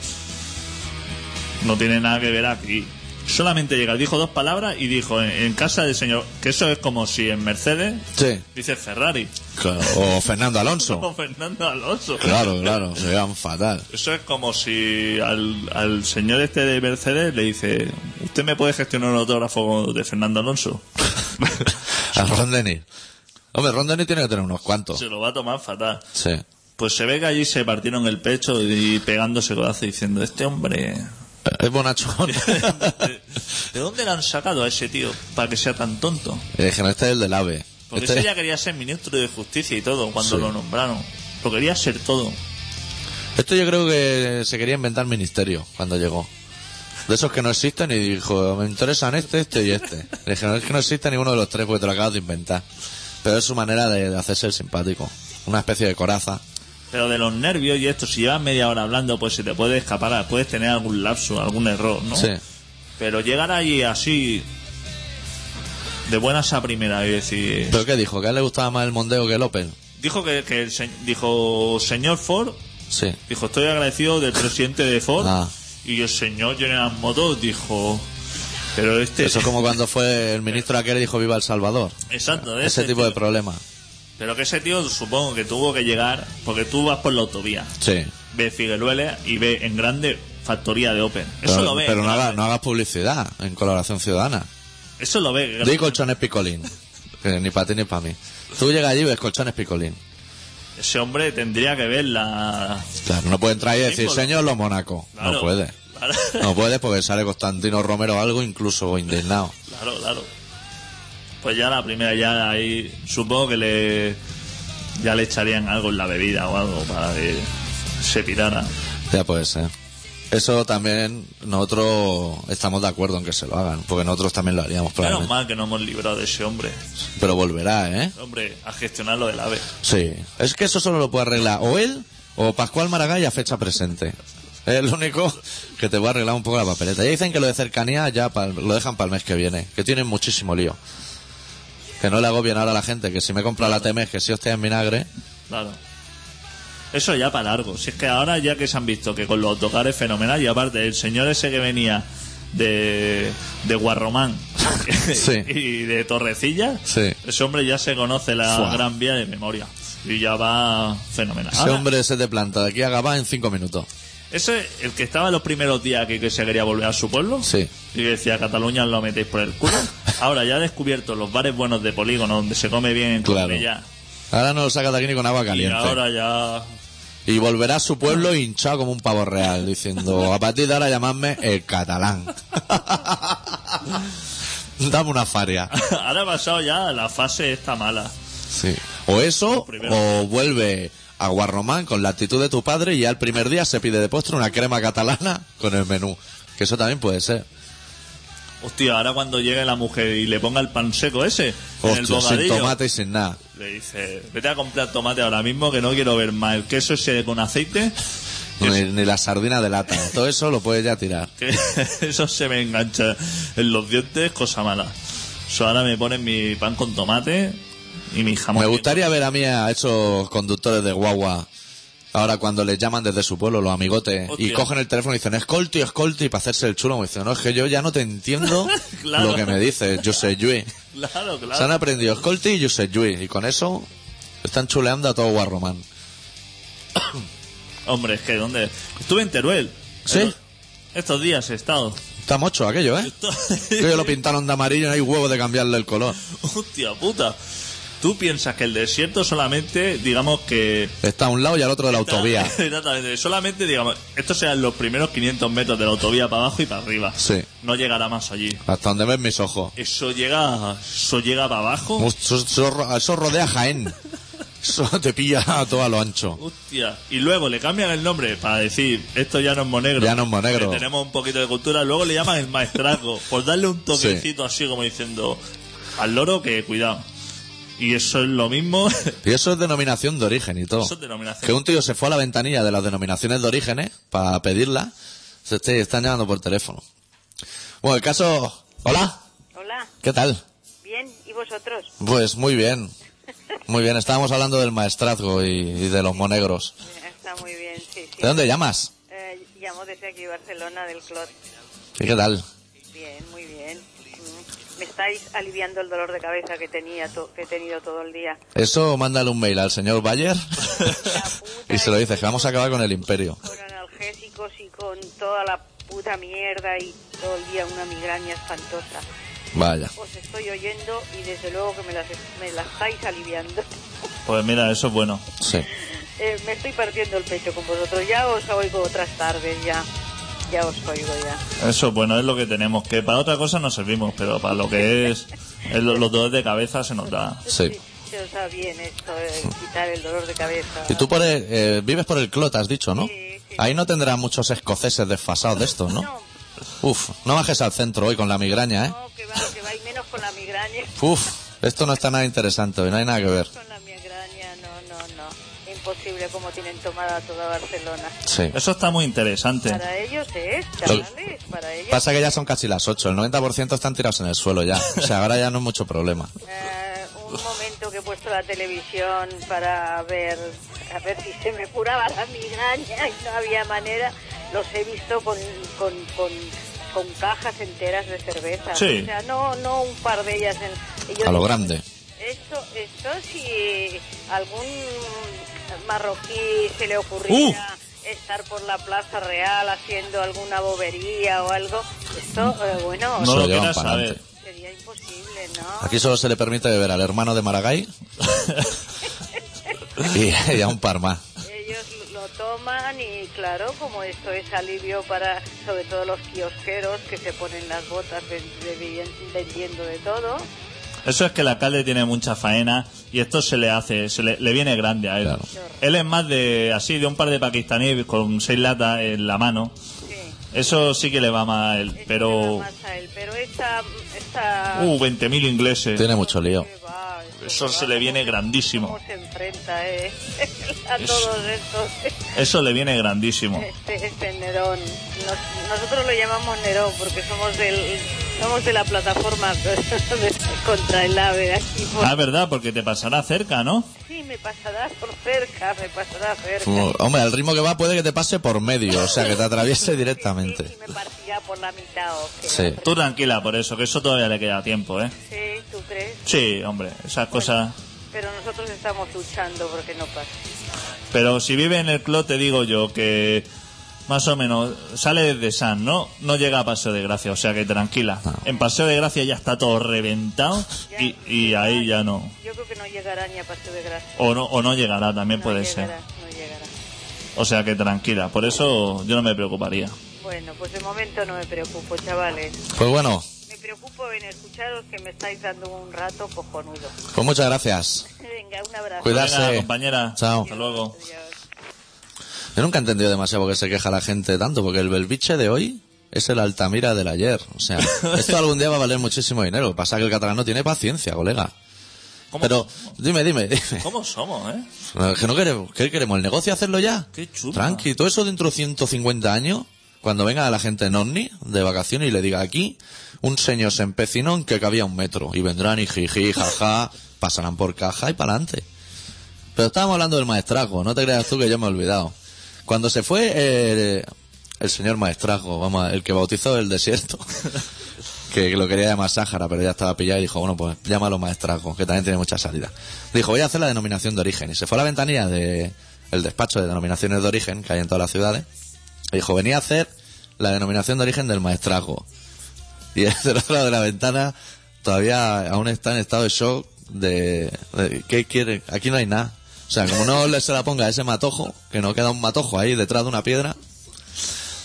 Speaker 2: no tiene nada que ver aquí. Solamente llega, dijo dos palabras y dijo en, en casa del señor, que eso es como si en Mercedes
Speaker 1: Sí.
Speaker 2: dice Ferrari.
Speaker 1: Claro, O Fernando Alonso.
Speaker 2: Como Fernando Alonso.
Speaker 1: Claro, claro, se vean fatal. (laughs)
Speaker 2: Eso es como si al, al señor este de Mercedes le dice, ¿usted me puede gestionar un autógrafo de Fernando Alonso?
Speaker 1: A Ron Dennis. Hombre, Ron Dennis tiene que tener unos cuantos.
Speaker 2: Se lo va a tomar fatal.
Speaker 1: Sí.
Speaker 2: Pues se ve que allí se partieron el pecho y pegándose codazo diciendo, este
Speaker 1: (laughs)
Speaker 2: hombre, (laughs)
Speaker 1: Es bonachón.
Speaker 2: ¿de, de dónde le han sacado a ese tío para que sea tan tonto?
Speaker 1: Y dijeron, este es el del AVE.
Speaker 2: Porque
Speaker 1: Este
Speaker 2: ese ya quería ser ministro de justicia y todo cuando
Speaker 1: Sí.
Speaker 2: lo nombraron. Lo quería ser todo.
Speaker 1: Esto yo creo que se quería inventar ministerio cuando llegó. De esos que no existen y dijo, me interesan este, este y este. Le dijeron, es que no existe ninguno de los tres porque te lo acabas de inventar. Pero es su manera de, de hacerse el simpático. Una especie de coraza.
Speaker 2: Pero de los nervios y esto, si llevas media hora hablando, pues se te puede escapar, puedes tener algún lapso, algún error, ¿no?
Speaker 1: Sí.
Speaker 2: Pero llegar allí así, de buenas a primeras y decir...
Speaker 1: ¿Pero qué dijo? ¿Que a él le gustaba más el Mondeo que el Opel?
Speaker 2: Dijo que, que el se- dijo, señor Ford,
Speaker 1: Sí.
Speaker 2: Dijo, estoy agradecido del presidente de Ford.
Speaker 1: Ah.
Speaker 2: Y el señor General Motors dijo, pero este...
Speaker 1: Eso es como cuando fue el ministro aquel y dijo, viva El Salvador.
Speaker 2: Exacto, ¿eh? Este
Speaker 1: Ese tipo de problema.
Speaker 2: Pero que ese tío supongo que tuvo que llegar, porque tú vas por la autovía,
Speaker 1: Sí.
Speaker 2: ves Figueruelas y ves en grande factoría de Open. Eso
Speaker 1: Pero,
Speaker 2: lo ves.
Speaker 1: pero no,
Speaker 2: grande.
Speaker 1: hagas, no hagas publicidad en colaboración ciudadana.
Speaker 2: Eso lo ves. grande.
Speaker 1: Di colchones picolín. Que ni para ti ni para mí. Tú llegas allí y ves colchones picolín.
Speaker 2: Ese hombre tendría que ver la...
Speaker 1: Claro, no puede entrar y decir,
Speaker 2: Símbolo.
Speaker 1: señor, los monacos.
Speaker 2: Claro.
Speaker 1: No puede.
Speaker 2: Claro. (laughs)
Speaker 1: No puede porque sale Constantino Romero o algo, incluso indignado.
Speaker 2: Claro, claro. Pues ya la primera, ya ahí supongo que le ya le echarían algo en la bebida o algo para que se pirara.
Speaker 1: Ya puede ser. Eso también nosotros estamos de acuerdo en que se lo hagan, porque nosotros también lo haríamos,
Speaker 2: Menos
Speaker 1: probablemente.
Speaker 2: mal que no hemos librado de ese hombre.
Speaker 1: Pero volverá, ¿eh?
Speaker 2: Hombre, a gestionar lo del ave.
Speaker 1: Sí. Es que eso solo lo puede arreglar o él o Pascual Maragall a fecha presente. Es el único que te va a arreglar un poco la papeleta. Ya dicen que lo de cercanía ya pa'l- lo dejan para el mes que viene, que tienen muchísimo lío. Que no le hago bien ahora a la gente, que si me compra la TME, que si hostia en vinagre.
Speaker 2: Claro. Eso ya para largo. Si es que ahora ya que se han visto que con los autocares fenomenal y aparte el señor ese que venía de, de Guarromán
Speaker 1: (laughs)
Speaker 2: (laughs)
Speaker 1: Sí.
Speaker 2: y de Torrecilla,
Speaker 1: Sí.
Speaker 2: ese hombre ya se conoce la
Speaker 1: Fua.
Speaker 2: gran vía de memoria. Y ya va fenomenal.
Speaker 1: Ese
Speaker 2: Ahora,
Speaker 1: hombre se te planta de aquí a Gabá en cinco minutos.
Speaker 2: Ese, el que estaba los primeros días aquí que se quería volver a su pueblo.
Speaker 1: Sí.
Speaker 2: Y que decía, Cataluña os lo metéis por el culo. Ahora ya ha descubierto los bares buenos de polígono donde se come bien en
Speaker 1: Claro.
Speaker 2: Cornellá.
Speaker 1: Ahora no lo saca de aquí ni con agua
Speaker 2: Y
Speaker 1: caliente.
Speaker 2: ahora ya. (laughs)
Speaker 1: Y volverá a su pueblo hinchado como un pavo real, diciendo, a partir de ahora llamadme el catalán. (laughs) Dame una faria.
Speaker 2: Ahora ha pasado ya a la fase esta mala.
Speaker 1: Sí. O eso,
Speaker 2: primero.
Speaker 1: o vuelve a Guarromán con la actitud de tu padre y ya el primer día se pide de postre una crema catalana con el menú. Que eso también puede ser.
Speaker 2: Hostia, ahora cuando llegue la mujer y le ponga el pan seco ese en el
Speaker 1: Hostia, sin
Speaker 2: bocadillo,
Speaker 1: tomate y sin nada.
Speaker 2: le dice, vete a comprar tomate ahora mismo que no quiero ver más el queso ese con aceite (laughs)
Speaker 1: Ni, ni la sardina de lata. Todo eso lo puedes ya tirar.
Speaker 2: Que eso se me engancha en los dientes, cosa mala. Eso ahora me ponen mi pan con tomate y mi jamón.
Speaker 1: Me gustaría ver a mí a esos conductores de guagua. Ahora cuando les llaman desde su pueblo, los amigotes, y
Speaker 2: Hostia.
Speaker 1: cogen el teléfono y dicen, escolti, escolti, para hacerse el chulo. Me dicen, no, es que yo ya no
Speaker 2: (laughs)
Speaker 1: te entiendo
Speaker 2: Claro.
Speaker 1: lo que me dices. Yo soy Yui.
Speaker 2: (laughs) Claro, claro.
Speaker 1: Se han aprendido escolti y yo soy Yui. Y con eso están chuleando a todo guarromán.
Speaker 2: Hombre, es que ¿dónde? Estuve en Teruel.
Speaker 1: ¿Sí?
Speaker 2: Pero Estos días he estado. (laughs)
Speaker 1: Está mocho aquello, ¿eh? Que ellos lo pintaron de amarillo y no hay huevo de cambiarle el color.
Speaker 2: Hostia puta. Tú piensas que el desierto solamente, digamos que...
Speaker 1: Está a un lado y al otro de la autovía.
Speaker 2: (laughs) Exactamente. Solamente, digamos, estos serán los primeros 500 metros de la autovía para abajo y para arriba.
Speaker 1: Sí.
Speaker 2: No llegará más allí.
Speaker 1: Hasta donde ven mis ojos.
Speaker 2: Eso llega, eso llega para abajo.
Speaker 1: Eso, eso ro- eso
Speaker 2: (laughs)
Speaker 1: rodea Jaén. Eso te pilla a todo a lo ancho.
Speaker 2: Hostia. Y luego le cambian el nombre para decir, esto ya no es Monegro.
Speaker 1: Ya no es Monegro.
Speaker 2: Que tenemos un poquito de cultura. Luego le llaman el maestrazgo. por darle un toquecito así como diciendo al loro que cuidado. Y eso es lo mismo. (laughs)
Speaker 1: Y eso es denominación de origen y todo.
Speaker 2: Eso es denominación.
Speaker 1: Que un tío se fue a la ventanilla de las denominaciones de orígenes para pedirla. Se este- están llamando por teléfono. Bueno, el caso... Hola,
Speaker 3: Hola,
Speaker 1: ¿qué tal?
Speaker 3: bien, ¿y vosotros?
Speaker 1: Pues muy bien. Muy bien, estábamos hablando del maestrazgo y, y de los monegros.
Speaker 3: (laughs) Está muy bien, sí, sí.
Speaker 1: ¿De dónde llamas?
Speaker 3: Eh, llamo desde aquí, Barcelona, del Clot.
Speaker 1: ¿Y qué tal?
Speaker 3: Bien, muy bien. Mm. Me estáis aliviando el dolor de cabeza que tenía to- que he tenido todo el día.
Speaker 1: Eso mándale un mail al señor Bayer
Speaker 3: puta
Speaker 1: (laughs) y se lo dices que vamos a acabar con el imperio.
Speaker 3: Con analgésicos y con toda la puta mierda y todo el día una migraña espantosa.
Speaker 1: Vaya.
Speaker 3: Os estoy oyendo y desde luego que me las, me las estáis aliviando. (laughs)
Speaker 1: Oh.
Speaker 2: Pues mira, eso es bueno.
Speaker 1: Sí.
Speaker 3: Eh, me estoy partiendo el pecho con vosotros. Ya os oigo otras tardes, ya. Ya os oigo ya.
Speaker 2: Eso es bueno, es lo que tenemos. Que para otra cosa no servimos, pero para lo que es, es lo- los dolores de cabeza se nos da.
Speaker 1: Sí.
Speaker 3: Se os da bien esto, eh, quitar el dolor de cabeza.
Speaker 1: Y tú por el- eh, vives por el clot, has dicho, ¿no?
Speaker 3: Sí, sí.
Speaker 1: Ahí no tendrás muchos escoceses desfasados de estos, ¿no?
Speaker 3: No,
Speaker 1: Uf, no bajes al centro hoy con la migraña, ¿eh?
Speaker 3: no, que va, que va, y menos con la migraña. (laughs)
Speaker 1: Uf, esto no está nada interesante hoy, no hay nada que ver.
Speaker 3: Con la migraña, no, no, no. Imposible como tienen tomada toda Barcelona.
Speaker 1: Sí.
Speaker 2: Eso está muy interesante.
Speaker 3: Para ellos es, chavales, para ellos.
Speaker 1: Pasa que ya son casi las 8, el 90% están tirados en el suelo ya. O sea, ahora ya no es mucho problema.
Speaker 3: Eh, un momento que he puesto la televisión para ver, a ver si se me curaba la migraña y no había manera. Los he visto con, con, con, con cajas enteras de cerveza.
Speaker 2: Sí.
Speaker 3: O sea, no, no un par de ellas. En, y yo
Speaker 1: A lo
Speaker 3: digo,
Speaker 1: grande.
Speaker 3: Esto, esto si algún marroquí se le
Speaker 2: ¡Uh!
Speaker 3: ocurría estar por la Plaza Real haciendo alguna bobería o algo, esto, eh, bueno,
Speaker 2: No lo
Speaker 1: llevan
Speaker 2: quieras
Speaker 1: para
Speaker 2: saber.
Speaker 1: adelante.
Speaker 3: sería imposible, ¿no?
Speaker 1: Aquí solo se le permite beber al hermano de Maragall y, y a un par más.
Speaker 3: Ellos lo toman y claro, como esto es alivio para sobre todo los kiosqueros que se ponen las botas de- de- de- vendiendo de todo.
Speaker 2: Eso es que el alcalde tiene mucha faena y esto se le hace, se le, le viene grande a él.
Speaker 1: Claro.
Speaker 2: Él es más de así, de un par de pakistaníes con seis latas en la mano.
Speaker 3: Sí.
Speaker 2: Eso sí que le va mal a él,
Speaker 3: Este
Speaker 2: pero...
Speaker 3: va más a él, pero esta... esta
Speaker 2: Uh, 20.000 ingleses.
Speaker 1: Tiene mucho lío.
Speaker 3: que va, esto
Speaker 2: Eso
Speaker 3: que
Speaker 2: se
Speaker 3: va,
Speaker 2: le viene
Speaker 3: cómo-
Speaker 2: grandísimo.
Speaker 3: cómo se enfrenta eh, (laughs) a todos estos.
Speaker 2: Eso le viene grandísimo.
Speaker 3: Este, este Nerón. Nos- nosotros lo llamamos Nerón porque somos del somos de la plataforma (laughs) contra el AVE aquí. por-
Speaker 2: Ah, verdad, porque te pasará cerca, ¿no?
Speaker 3: Sí, me pasará por cerca, me pasará cerca.
Speaker 1: Como- Hombre, al ritmo que va puede que te pase por medio, o sea, que te atraviese
Speaker 3: Sí,
Speaker 1: directamente.
Speaker 3: sí, me partirá por la mitad. ¿o qué?
Speaker 1: Sí.
Speaker 2: Tú tranquila por eso, que eso todavía le queda tiempo, ¿eh?
Speaker 3: Sí, ¿tú crees?
Speaker 2: Sí, hombre, esas cosas...
Speaker 3: Pero nosotros estamos luchando porque no pasa.
Speaker 2: Pero si vive en el clot, te digo yo que más o menos sale desde San, ¿no? No llega a Paseo de Gracia, o sea que tranquila.
Speaker 1: Ah.
Speaker 2: En Paseo de Gracia ya está todo reventado y, y ahí ya no.
Speaker 3: Yo creo que no llegará ni a Paseo de Gracia.
Speaker 2: O no, o no llegará, también
Speaker 3: No
Speaker 2: puede
Speaker 3: llegará,
Speaker 2: ser.
Speaker 3: No llegará.
Speaker 2: O sea que tranquila, por eso yo no me preocuparía.
Speaker 3: Bueno, pues de momento no me preocupo, chavales.
Speaker 1: Pues bueno,
Speaker 3: Me preocupo en escucharos que me estáis dando un rato cojonudo.
Speaker 1: pues muchas gracias.
Speaker 3: Venga, un abrazo.
Speaker 1: Cuidarse.
Speaker 2: Venga, compañera.
Speaker 1: Chao.
Speaker 2: Hasta luego.
Speaker 3: Adiós.
Speaker 1: Yo nunca he entendido demasiado por qué se queja la gente tanto, porque el belviche de hoy es el Altamira del ayer. O sea, esto algún día va a valer muchísimo dinero. Pasa que el catalán no tiene paciencia, colega.
Speaker 2: ¿Cómo?
Speaker 1: Pero dime, dime, dime.
Speaker 2: ¿Cómo somos, eh?
Speaker 1: No, es que no queremos, ¿qué queremos? ¿El negocio hacerlo ya?
Speaker 2: Qué chungo.
Speaker 1: Tranqui, todo eso dentro de 150 años, cuando venga la gente en OVNI de vacaciones y le diga aquí, un señor se empecinó en que cabía un metro. Y vendrán y jiji, jaja, (laughs) pasarán por caja y para adelante. Pero estábamos hablando del maestrago, no te creas tú que yo me he olvidado. Cuando se fue eh, el señor maestrago, vamos, a- el que bautizó el desierto, (laughs) que lo quería llamar Sáhara, pero ya estaba pillado y dijo, bueno, pues llámalo maestrago, que también tiene mucha salida. Dijo, voy a hacer la denominación de origen. Y se fue a la ventanilla del despacho de denominaciones de origen que hay en todas las ciudades. Y dijo, venía a hacer la denominación de origen del maestrago. Y (laughs) el del otro lado de la ventana todavía aún está en estado de shock de, de ¿qué quiere? Aquí no hay nada. O sea, como no le se la ponga a ese matojo, que no queda un matojo ahí detrás de una piedra,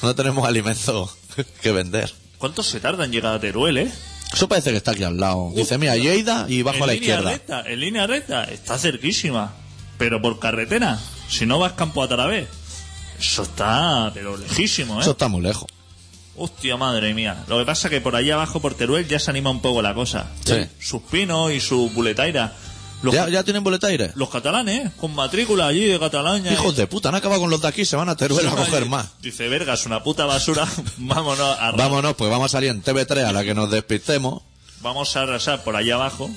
Speaker 1: no tenemos alimento (laughs) que vender.
Speaker 2: ¿Cuánto se tarda en llegar a Teruel, eh?
Speaker 1: Eso parece que está aquí al lado. Dice, mira, Lleida y bajo
Speaker 2: en
Speaker 1: a la
Speaker 2: línea
Speaker 1: izquierda.
Speaker 2: Recta, en línea recta, está cerquísima. Pero por carretera, si no vas campo a Tarabé. Eso está, pero lejísimo, ¿eh?
Speaker 1: Eso está muy lejos.
Speaker 2: Hostia, madre mía. Lo que pasa es que por allá abajo, por Teruel, ya se anima un poco la cosa.
Speaker 1: Sí.
Speaker 2: Sus pinos y sus buletaira. Los,
Speaker 1: ¿Ya, ya tienen boleta aire?
Speaker 2: los catalanes, ¿eh? con matrícula allí de Cataluña.
Speaker 1: Hijos de puta, han acabado con los de aquí, se van a Teruel a coger más.
Speaker 2: Dice, verga, es una puta basura. (laughs) Vámonos a
Speaker 1: Vámonos, pues vamos a salir en TV3 a la que nos despistemos.
Speaker 2: vamos a arrasar por allá abajo.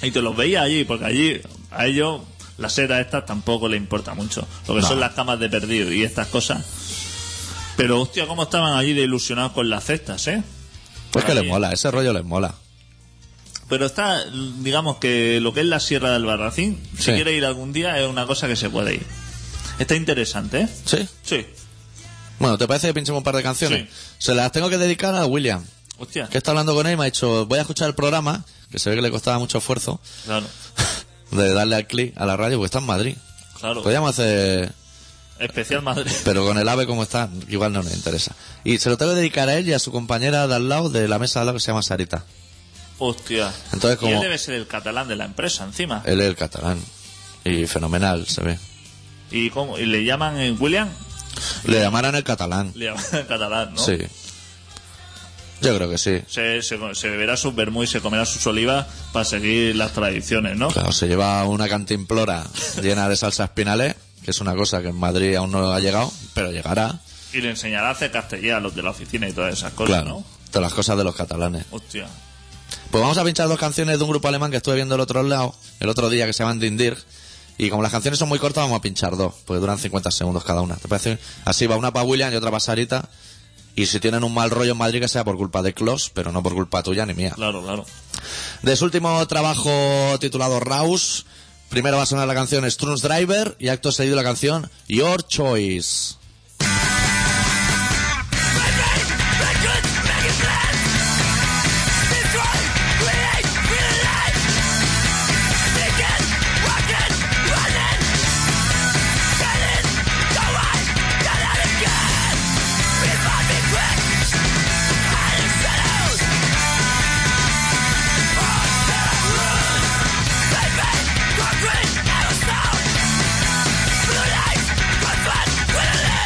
Speaker 2: Y te los veía allí, porque allí a ellos las setas estas tampoco les importa mucho. Lo que
Speaker 1: No.
Speaker 2: son las camas de perdido y estas cosas. Pero hostia, cómo estaban allí de ilusionados con las cestas, ¿eh?
Speaker 1: Pues que
Speaker 2: Ahí.
Speaker 1: les mola, ese rollo les mola.
Speaker 2: Pero está, digamos que lo que es la Sierra del Barracín, si
Speaker 1: Sí.
Speaker 2: quieres ir algún día, es una cosa que se puede ir. Está interesante, ¿eh?
Speaker 1: ¿Sí?
Speaker 2: Sí.
Speaker 1: Bueno, ¿te parece que pinchemos un par de canciones? Se las tengo que dedicar a William,
Speaker 2: Hostia.
Speaker 1: que está hablando con él y me ha dicho, voy a escuchar el programa, que se ve que le costaba mucho esfuerzo,
Speaker 2: Claro,
Speaker 1: de darle al clic a la radio, porque está en Madrid.
Speaker 2: claro.
Speaker 1: Podríamos hacer...
Speaker 2: Especial Madrid.
Speaker 1: Pero con el ave como está, igual no me interesa. Y se lo tengo que dedicar a él y a su compañera de al lado, de la mesa de al lado, que se llama Sarita.
Speaker 2: Hostia.
Speaker 1: Entonces,
Speaker 2: Y él
Speaker 1: como- Eh.
Speaker 2: debe ser el catalán de la empresa, encima.
Speaker 1: Él es el catalán. Y fenomenal, se ve.
Speaker 2: ¿Y, cómo? ¿Y le llaman eh, William?
Speaker 1: Le llamarán el catalán.
Speaker 2: Le llaman en catalán, ¿no?
Speaker 1: Sí. Yo creo que sí.
Speaker 2: Se, se, se beberá sus vermú y se comerá sus olivas para seguir las tradiciones, ¿no?
Speaker 1: Claro, se lleva una cantimplora llena de salsa espinales, que es una cosa que en Madrid aún no ha llegado, pero llegará.
Speaker 2: Y le enseñará a hacer castellano a los de la oficina y todas esas cosas,
Speaker 1: Claro.
Speaker 2: Pues ¿no?
Speaker 1: Todas las cosas de los catalanes.
Speaker 2: Hostia.
Speaker 1: Pues vamos a pinchar dos canciones de un grupo alemán que estuve viendo el otro lado, el otro día, que se llaman Dindir. Y como las canciones son muy cortas, vamos a pinchar dos, porque duran 50 segundos cada una. ¿Te parece? Así va una para William y otra para Sarita. Y si tienen un mal rollo en Madrid, que sea por culpa de Klaus, pero no por culpa tuya ni mía.
Speaker 2: Claro, claro.
Speaker 1: De su último trabajo titulado Raus, primero va a sonar la canción Struns Driver y acto seguido la canción Your Choice.
Speaker 4: Concrete,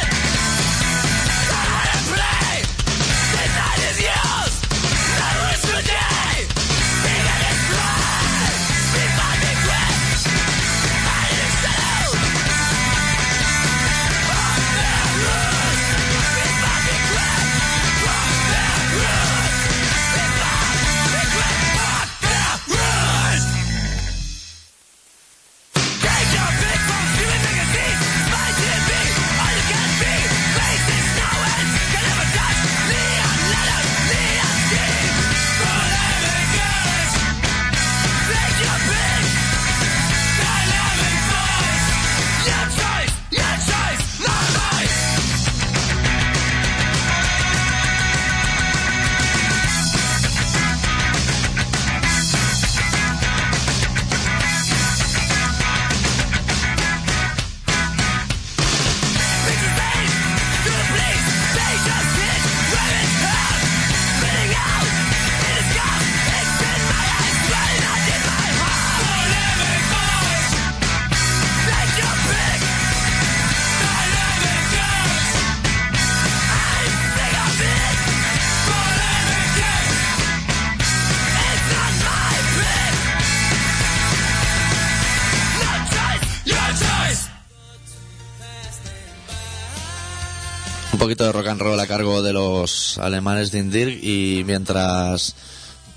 Speaker 4: I was sound. Blue lights, my blood, will live.
Speaker 1: poquito de rock and roll a cargo de los alemanes de Indir y mientras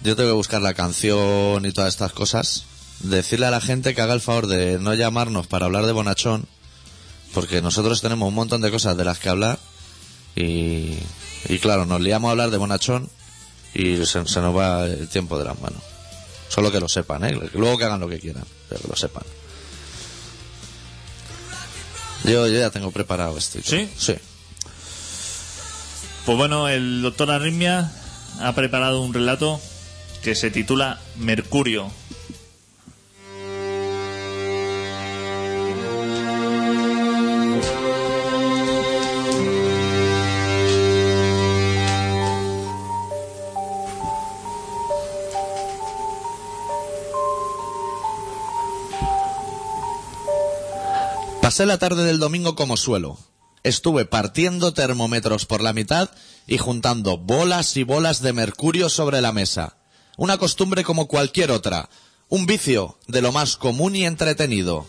Speaker 1: yo tengo que buscar la canción y todas estas cosas, decirle a la gente que haga el favor de no llamarnos para hablar de Bonachón, porque nosotros tenemos un montón de cosas de las que hablar y, y claro, nos liamos a hablar de Bonachón y se, se nos va el tiempo de las manos. Solo que lo sepan, ¿eh? luego que hagan lo que quieran, pero que lo sepan. Yo, yo ya tengo preparado este.
Speaker 2: ¿Sí?
Speaker 1: Sí.
Speaker 2: Pues bueno, el doctor Arritmia ha preparado un relato que se titula Mercurio.
Speaker 1: Pasé la tarde del domingo como suelo. Estuve partiendo termómetros por la mitad y juntando bolas y bolas de mercurio sobre la mesa. Una costumbre como cualquier otra. Un vicio de lo más común y entretenido.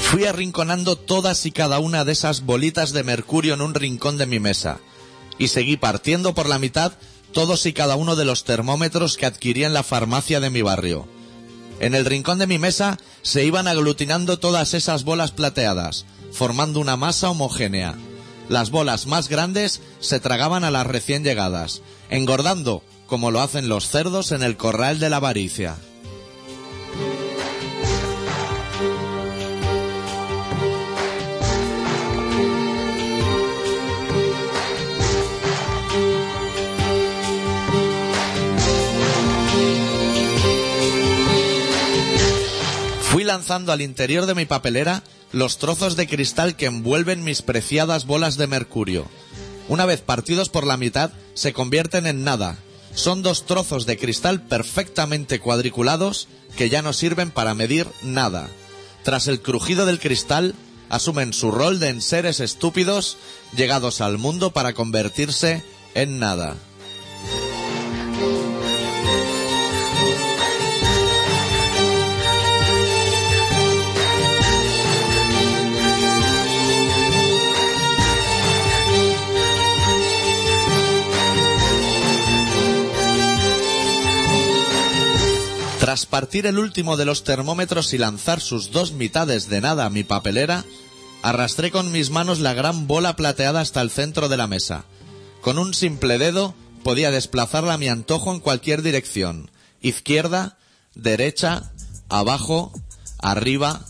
Speaker 1: Fui arrinconando todas y cada una de esas bolitas de mercurio en un rincón de mi mesa y seguí partiendo por la mitad todos y cada uno de los termómetros que adquirí en la farmacia de mi barrio. En el rincón de mi mesa se iban aglutinando todas esas bolas plateadas, formando una masa homogénea. Las bolas más grandes se tragaban a las recién llegadas, engordando como lo hacen los cerdos en el corral de la avaricia. Fui lanzando al interior de mi papelera los trozos de cristal que envuelven mis preciadas bolas de mercurio. Una vez partidos por la mitad, se convierten en nada. Son dos trozos de cristal perfectamente cuadriculados que ya no sirven para medir nada. Tras el crujido del cristal, asumen su rol de enseres estúpidos llegados al mundo para convertirse en nada. Tras partir el último de los termómetros y lanzar sus dos mitades de nada a mi papelera, arrastré con mis manos la gran bola plateada hasta el centro de la mesa. Con un simple dedo podía desplazarla a mi antojo en cualquier dirección. Izquierda, derecha, abajo, arriba,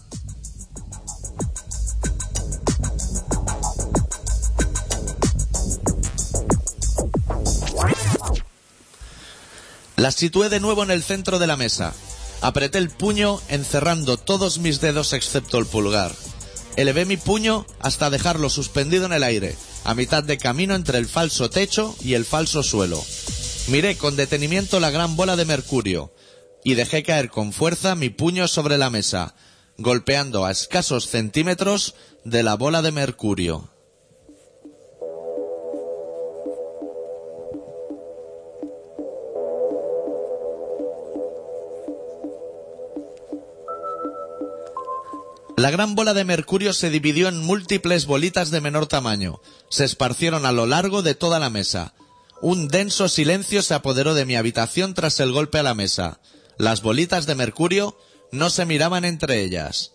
Speaker 1: Las situé de nuevo en el centro de la mesa. Apreté el puño encerrando todos mis dedos excepto el pulgar. Elevé mi puño hasta dejarlo suspendido en el aire, a mitad de camino entre el falso techo y el falso suelo. Miré con detenimiento la gran bola de mercurio y dejé caer con fuerza mi puño sobre la mesa, golpeando a escasos centímetros de la bola de mercurio. La gran bola de mercurio se dividió en múltiples bolitas de menor tamaño. Se esparcieron a lo largo de toda la mesa. Un denso silencio se apoderó de mi habitación tras el golpe a la mesa. Las bolitas de mercurio no se miraban entre ellas.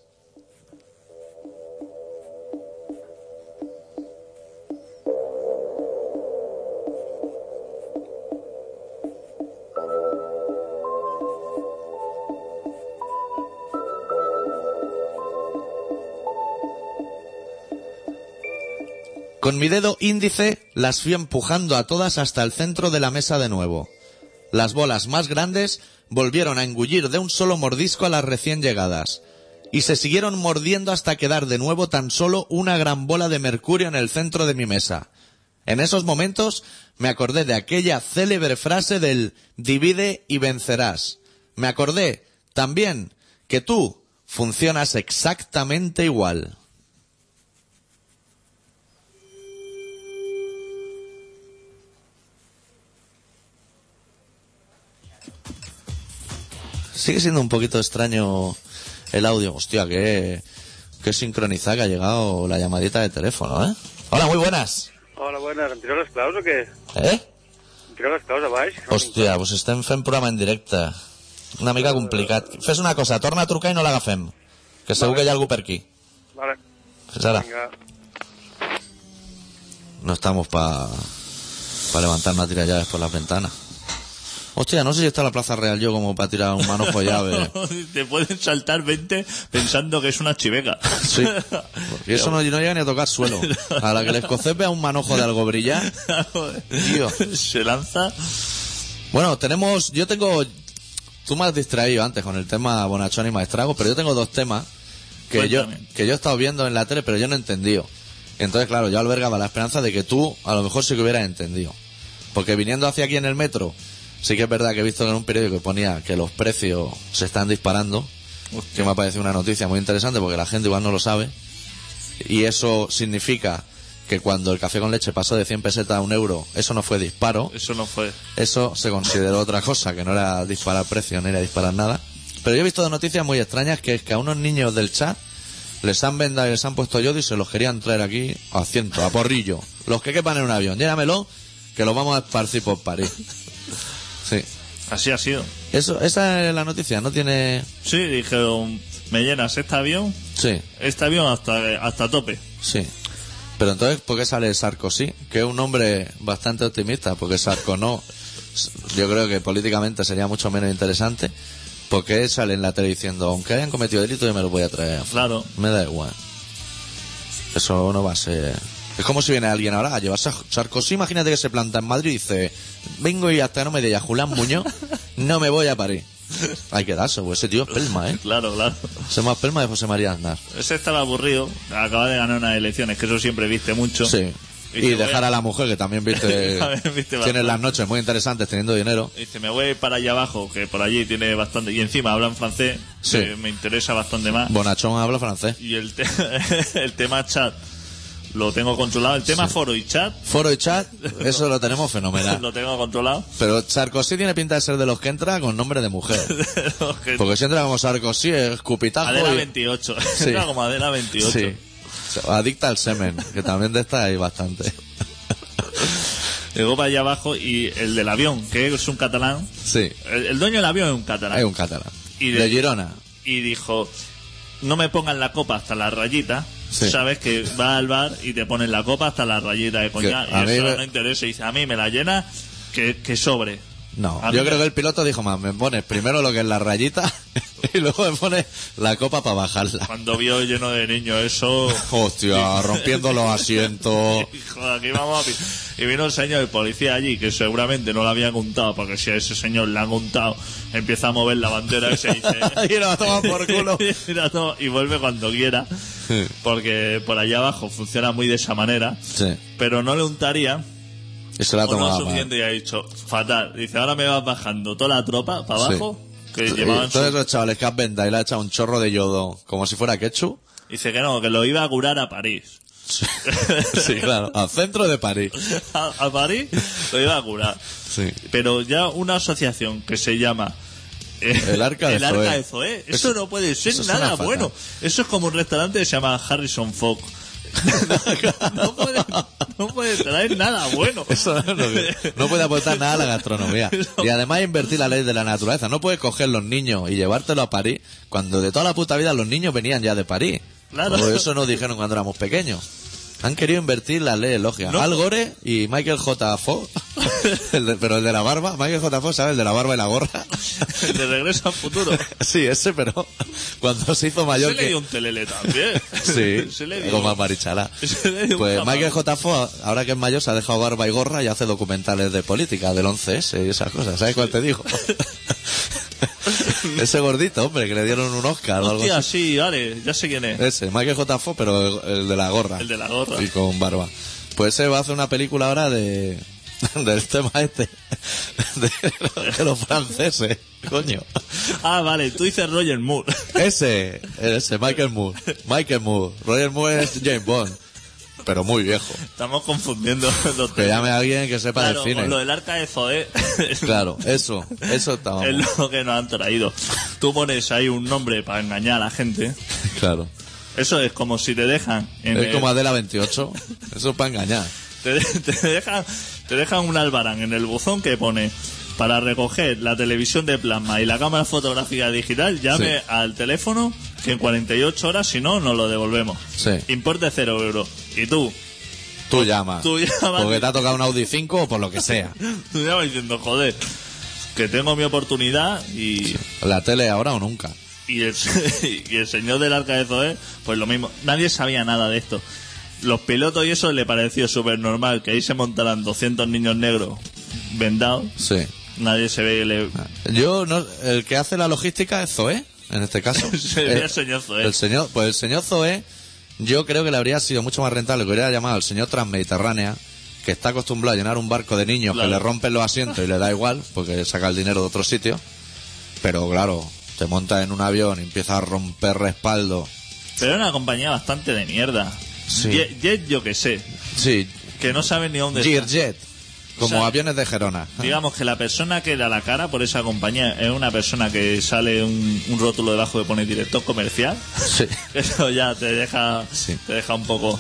Speaker 1: Con mi dedo índice las fui empujando a todas hasta el centro de la mesa de nuevo. Las bolas más grandes volvieron a engullir de un solo mordisco a las recién llegadas, y se siguieron mordiendo hasta quedar de nuevo tan solo una gran bola de mercurio en el centro de mi mesa. En esos momentos me acordé de aquella célebre frase del divide y vencerás. Me acordé también que tú funcionas exactamente igual. Pues Sigue siendo un poquito extraño el audio. Hostia, qué, qué sincronizada que ha llegado la llamadita de teléfono, ¿eh? Hola, muy buenes.
Speaker 4: Hola, buenas. Em tireu les claus o què?
Speaker 1: ¿Eh?
Speaker 4: Em tireu les claus a baix?
Speaker 1: Hòstia, doncs estem fent programa en directe. Una mica complicat. Fes una cosa, torna a trucar i no l'agafem. Que segur que hi ha algú per aquí.
Speaker 4: Vale.
Speaker 1: Fins ara.
Speaker 4: Vinga.
Speaker 1: No estamos para levantar una tira llaves por las ventanas. Hostia, no sé si está la Plaza Real yo como para tirar un manojo de llaves.
Speaker 2: (laughs) Te pueden saltar 20 pensando que es una
Speaker 1: (laughs)
Speaker 2: chiveca.
Speaker 1: Sí. Y eso no, no llega ni a tocar suelo. A la que el escocés vea un manojo de algo brillar. Tío.
Speaker 2: Se lanza.
Speaker 1: Bueno, tenemos. Yo tengo. Tú me has distraído antes con el tema Bonachón y Maestrago, pero yo tengo dos temas que yo,
Speaker 2: Cuéntame.
Speaker 1: que yo he estado viendo en la tele, pero yo no he entendido. Entonces, claro, yo albergaba la esperanza de que tú a lo mejor sí que hubieras entendido. Porque viniendo hacia aquí en el metro, sí que es verdad que he visto en un periódico que ponía que los precios se están disparando, que me ha parecido una noticia muy interesante porque la gente igual no lo sabe. Y eso significa que cuando el café con leche pasó de 100 pesetas a un euro, eso no fue disparo,
Speaker 2: Eso no fue.
Speaker 1: eso se consideró otra cosa, que no era disparar precio ni era disparar nada. Pero yo he visto dos noticias muy extrañas, que es que a unos niños del chat les han vendado y les han puesto yodo y se los querían traer aquí a ciento, a porrillo. Los que quepan en un avión, llénamelo, que los vamos a esparcir por París. Sí.
Speaker 2: Así ha sido.
Speaker 1: Eso, esa es la noticia, no tiene...
Speaker 2: Sí, dijeron, me llenas este avión,
Speaker 1: Sí,
Speaker 2: este avión hasta, hasta tope.
Speaker 1: sí. Pero entonces, ¿por qué sale Sarkozy? Que es un hombre bastante optimista, porque Sarko no... Yo creo que políticamente sería mucho menos interesante, porque sale en la tele diciendo, aunque hayan cometido delito, yo me lo voy a traer.
Speaker 2: Claro.
Speaker 1: Me da igual. Eso no va a ser... Es como si viene alguien ahora a llevarse a Sarkozy, imagínate que se planta en Madrid y dice, vengo y hasta no me diga Julián Muñoz, no me voy a París. Hay que darse, pues ese tío es pelma, ¿eh?
Speaker 2: Claro, claro.
Speaker 1: Ese es más pelma de José María Aznar.
Speaker 2: Ese estaba aburrido, acaba de ganar unas elecciones, que eso siempre viste mucho.
Speaker 1: Sí.
Speaker 2: Y
Speaker 1: Y
Speaker 2: te
Speaker 1: dejar
Speaker 2: voy-
Speaker 1: a la mujer, que
Speaker 2: (laughs)
Speaker 1: también viste,
Speaker 2: También viste
Speaker 1: (laughs)
Speaker 2: bastante.
Speaker 1: tienes las noches muy interesantes teniendo dinero.
Speaker 2: Dice, me voy para allá abajo, que por allí tiene bastante. Y encima hablan francés,
Speaker 1: Sí.
Speaker 2: que me interesa bastante más.
Speaker 1: Bonachón habla francés.
Speaker 2: Y el, te- (laughs) el tema chat lo tengo controlado. El tema foro y chat
Speaker 1: Foro y chat, eso lo tenemos
Speaker 2: (laughs)
Speaker 1: fenomenal.
Speaker 2: lo tengo controlado.
Speaker 1: Pero Sarkozy tiene pinta de ser de los que entra con nombre de
Speaker 2: (laughs)
Speaker 1: mujer.
Speaker 2: Porque
Speaker 1: Porque si entra como Sarkozy es cupitajo
Speaker 2: Adela
Speaker 1: y-
Speaker 2: 28.
Speaker 1: ah,
Speaker 2: (laughs)
Speaker 1: Sí.
Speaker 2: Era como Adela 28.
Speaker 1: Sí. Adicta al semen, que también de esta hay bastante.
Speaker 2: Llegó para allá abajo y el del avión, que es un catalán.
Speaker 1: Sí,
Speaker 2: El, el dueño del avión es un catalán.
Speaker 1: hay un catalán.
Speaker 2: Y de-
Speaker 1: de Girona.
Speaker 2: Y dijo, no me pongan la copa hasta la rayita.
Speaker 1: Sí.
Speaker 2: Sabes que va al bar y te ponen la copa hasta la rayita de coñac.
Speaker 1: Que a
Speaker 2: Y
Speaker 1: mí
Speaker 2: eso
Speaker 1: me-
Speaker 2: no interesa. Y dice, a mí me la llena que, que sobre.
Speaker 1: No,
Speaker 2: A mí
Speaker 1: yo
Speaker 2: me-
Speaker 1: creo que el piloto dijo más, me pones primero lo que es la rayita (laughs) y luego me pones la copa para bajarla.
Speaker 2: Cuando vio lleno de niños eso...
Speaker 1: Hostia, rompiendo los asientos.
Speaker 2: (laughs) Hijo, aquí vamos a pi- Y vino el señor de policía allí, que seguramente no lo había contado, porque si a ese señor le han contado, empieza a mover la bandera y se dice...
Speaker 1: (laughs) y nos toma (laughs) por culo.
Speaker 2: (laughs) Mira, no, y vuelve cuando quiera, porque por allá abajo funciona muy de esa manera.
Speaker 1: Sí,
Speaker 2: Pero no le untaría,
Speaker 1: y se la ha
Speaker 2: o no
Speaker 1: tomado.
Speaker 2: suficiente, y ha dicho, fatal. Dice, ahora me vas bajando toda la tropa para
Speaker 1: Sí.
Speaker 2: abajo, que llevaban su-
Speaker 1: Todos esos chavales que has vendado y le ha echado un chorro de yodo, como si fuera ketchup.
Speaker 2: Dice que no, que lo iba a curar a París. (laughs)
Speaker 1: Sí, claro, al centro de París.
Speaker 2: a, a París lo iba a curar.
Speaker 1: (laughs) Sí.
Speaker 2: Pero ya una asociación que se llama eh,
Speaker 1: El Arca
Speaker 2: (laughs)
Speaker 1: de
Speaker 2: el Arca
Speaker 1: Zoé.
Speaker 2: de Zoé, Eso,
Speaker 1: Eso-
Speaker 2: no puede ser
Speaker 1: eso suena
Speaker 2: nada
Speaker 1: fatal.
Speaker 2: bueno. Eso es como un restaurante que se llama Harrison Fox. (laughs) no, puede, no puede traer nada bueno.
Speaker 1: Eso no, es lo que- no puede aportar nada a
Speaker 2: (laughs)
Speaker 1: la gastronomía. Y además invertir la ley de la naturaleza. No puedes coger los niños y llevártelo a París cuando de toda la puta vida los niños venían ya de París.
Speaker 2: Claro.
Speaker 1: O eso nos dijeron cuando éramos pequeños. Han querido invertir la ley de logia.
Speaker 2: No.
Speaker 1: Al Gore y Michael
Speaker 2: (laughs)
Speaker 1: J. Fox, el de- pero el de la barba, Michael J. Fox, ¿sabes? El de la barba y
Speaker 2: (laughs)
Speaker 1: la gorra.
Speaker 2: De regreso al futuro.
Speaker 1: Sí, ese, pero cuando se hizo mayor
Speaker 2: Se le
Speaker 1: que-
Speaker 2: dio un telele también.
Speaker 1: (laughs) Sí,
Speaker 2: (laughs) Se le dio
Speaker 1: como
Speaker 2: un-
Speaker 1: a Marichala.
Speaker 2: (laughs) Se le dio
Speaker 1: Pues
Speaker 2: un
Speaker 1: Michael J. Fox, ahora que es mayor, se ha dejado barba y gorra y hace documentales de política, del 11S y esas cosas. ¿Sabes cuál
Speaker 2: (laughs)
Speaker 1: te dijo? Ese gordito, hombre, que le dieron un Oscar o algo
Speaker 2: Hostia,
Speaker 1: así. Eh.
Speaker 2: sí, vale, ya sé quién es.
Speaker 1: Ese, Michael J. Fox, pero el, el de la gorra.
Speaker 2: El de la gorra.
Speaker 1: Y con barba. Pues ese va a hacer una película ahora de... (laughs) del tema este. De, de los franceses, coño.
Speaker 2: Ah, vale, tú dices Roger Moore. (laughs)
Speaker 1: Ese, ese, Michael Moore. Michael Moore. Roger Moore es James Bond. pero muy viejo.
Speaker 2: Estamos confundiendo los
Speaker 1: Que
Speaker 2: temas.
Speaker 1: llame a alguien que sepa
Speaker 2: Claro,
Speaker 1: de cine.
Speaker 2: con lo del arca de Zoé. (laughs)
Speaker 1: Claro, eso, eso estábamos.
Speaker 2: Es lo que nos han traído. Tú pones ahí un nombre para engañar a la gente.
Speaker 1: Claro.
Speaker 2: Eso es como si te dejan. en
Speaker 1: Es
Speaker 2: el-
Speaker 1: como Adela 28. Eso es para engañar.
Speaker 2: (laughs) te, de- te dejan, te dejan un albarán en el buzón que pone para recoger la televisión de plasma y la cámara fotográfica digital, llame
Speaker 1: Sí.
Speaker 2: al teléfono que en 48 horas, si no, nos lo devolvemos.
Speaker 1: Sí.
Speaker 2: Importe cero euros. Y tú,
Speaker 1: Tú llamas.
Speaker 2: Tú llamas.
Speaker 1: Porque te ha tocado un Audi 5 o por lo que sea.
Speaker 2: (laughs) tú ya vas diciendo, joder, que tengo mi oportunidad y,
Speaker 1: La tele ahora o nunca.
Speaker 2: y, el, (laughs) y el señor del arca de Zoé, pues lo mismo. Nadie sabía nada de esto. Los pilotos y eso le pareció súper normal, que ahí se montaran 200 niños negros vendados.
Speaker 1: Sí.
Speaker 2: Nadie se ve que le,
Speaker 1: Yo no, el que hace la logística es Zoé, en
Speaker 2: (laughs)
Speaker 1: este caso.
Speaker 2: Se ve al señor Zoé.
Speaker 1: El señor, pues el señor Zoé, yo creo que le habría sido mucho más rentable que hubiera llamado al señor Transmediterránea, que está acostumbrado a llenar un barco de niños
Speaker 2: Claro.
Speaker 1: que le rompen los asientos y le da igual, porque saca el dinero de otro sitio. Pero claro, te montas en un avión y empiezas a romper respaldo.
Speaker 2: Pero era una compañía bastante de mierda.
Speaker 1: Sí.
Speaker 2: Jet, Jet yo que sé,
Speaker 1: Sí,
Speaker 2: que no sabe ni dónde está.
Speaker 1: Gearjet, como
Speaker 2: O sea,
Speaker 1: aviones de Gerona.
Speaker 2: Digamos que la persona que da la cara por esa compañía es una persona que sale un, un rótulo debajo que pone director comercial.
Speaker 1: (laughs) Sí.
Speaker 2: (laughs) Eso ya te deja,
Speaker 1: Sí.
Speaker 2: te deja un poco.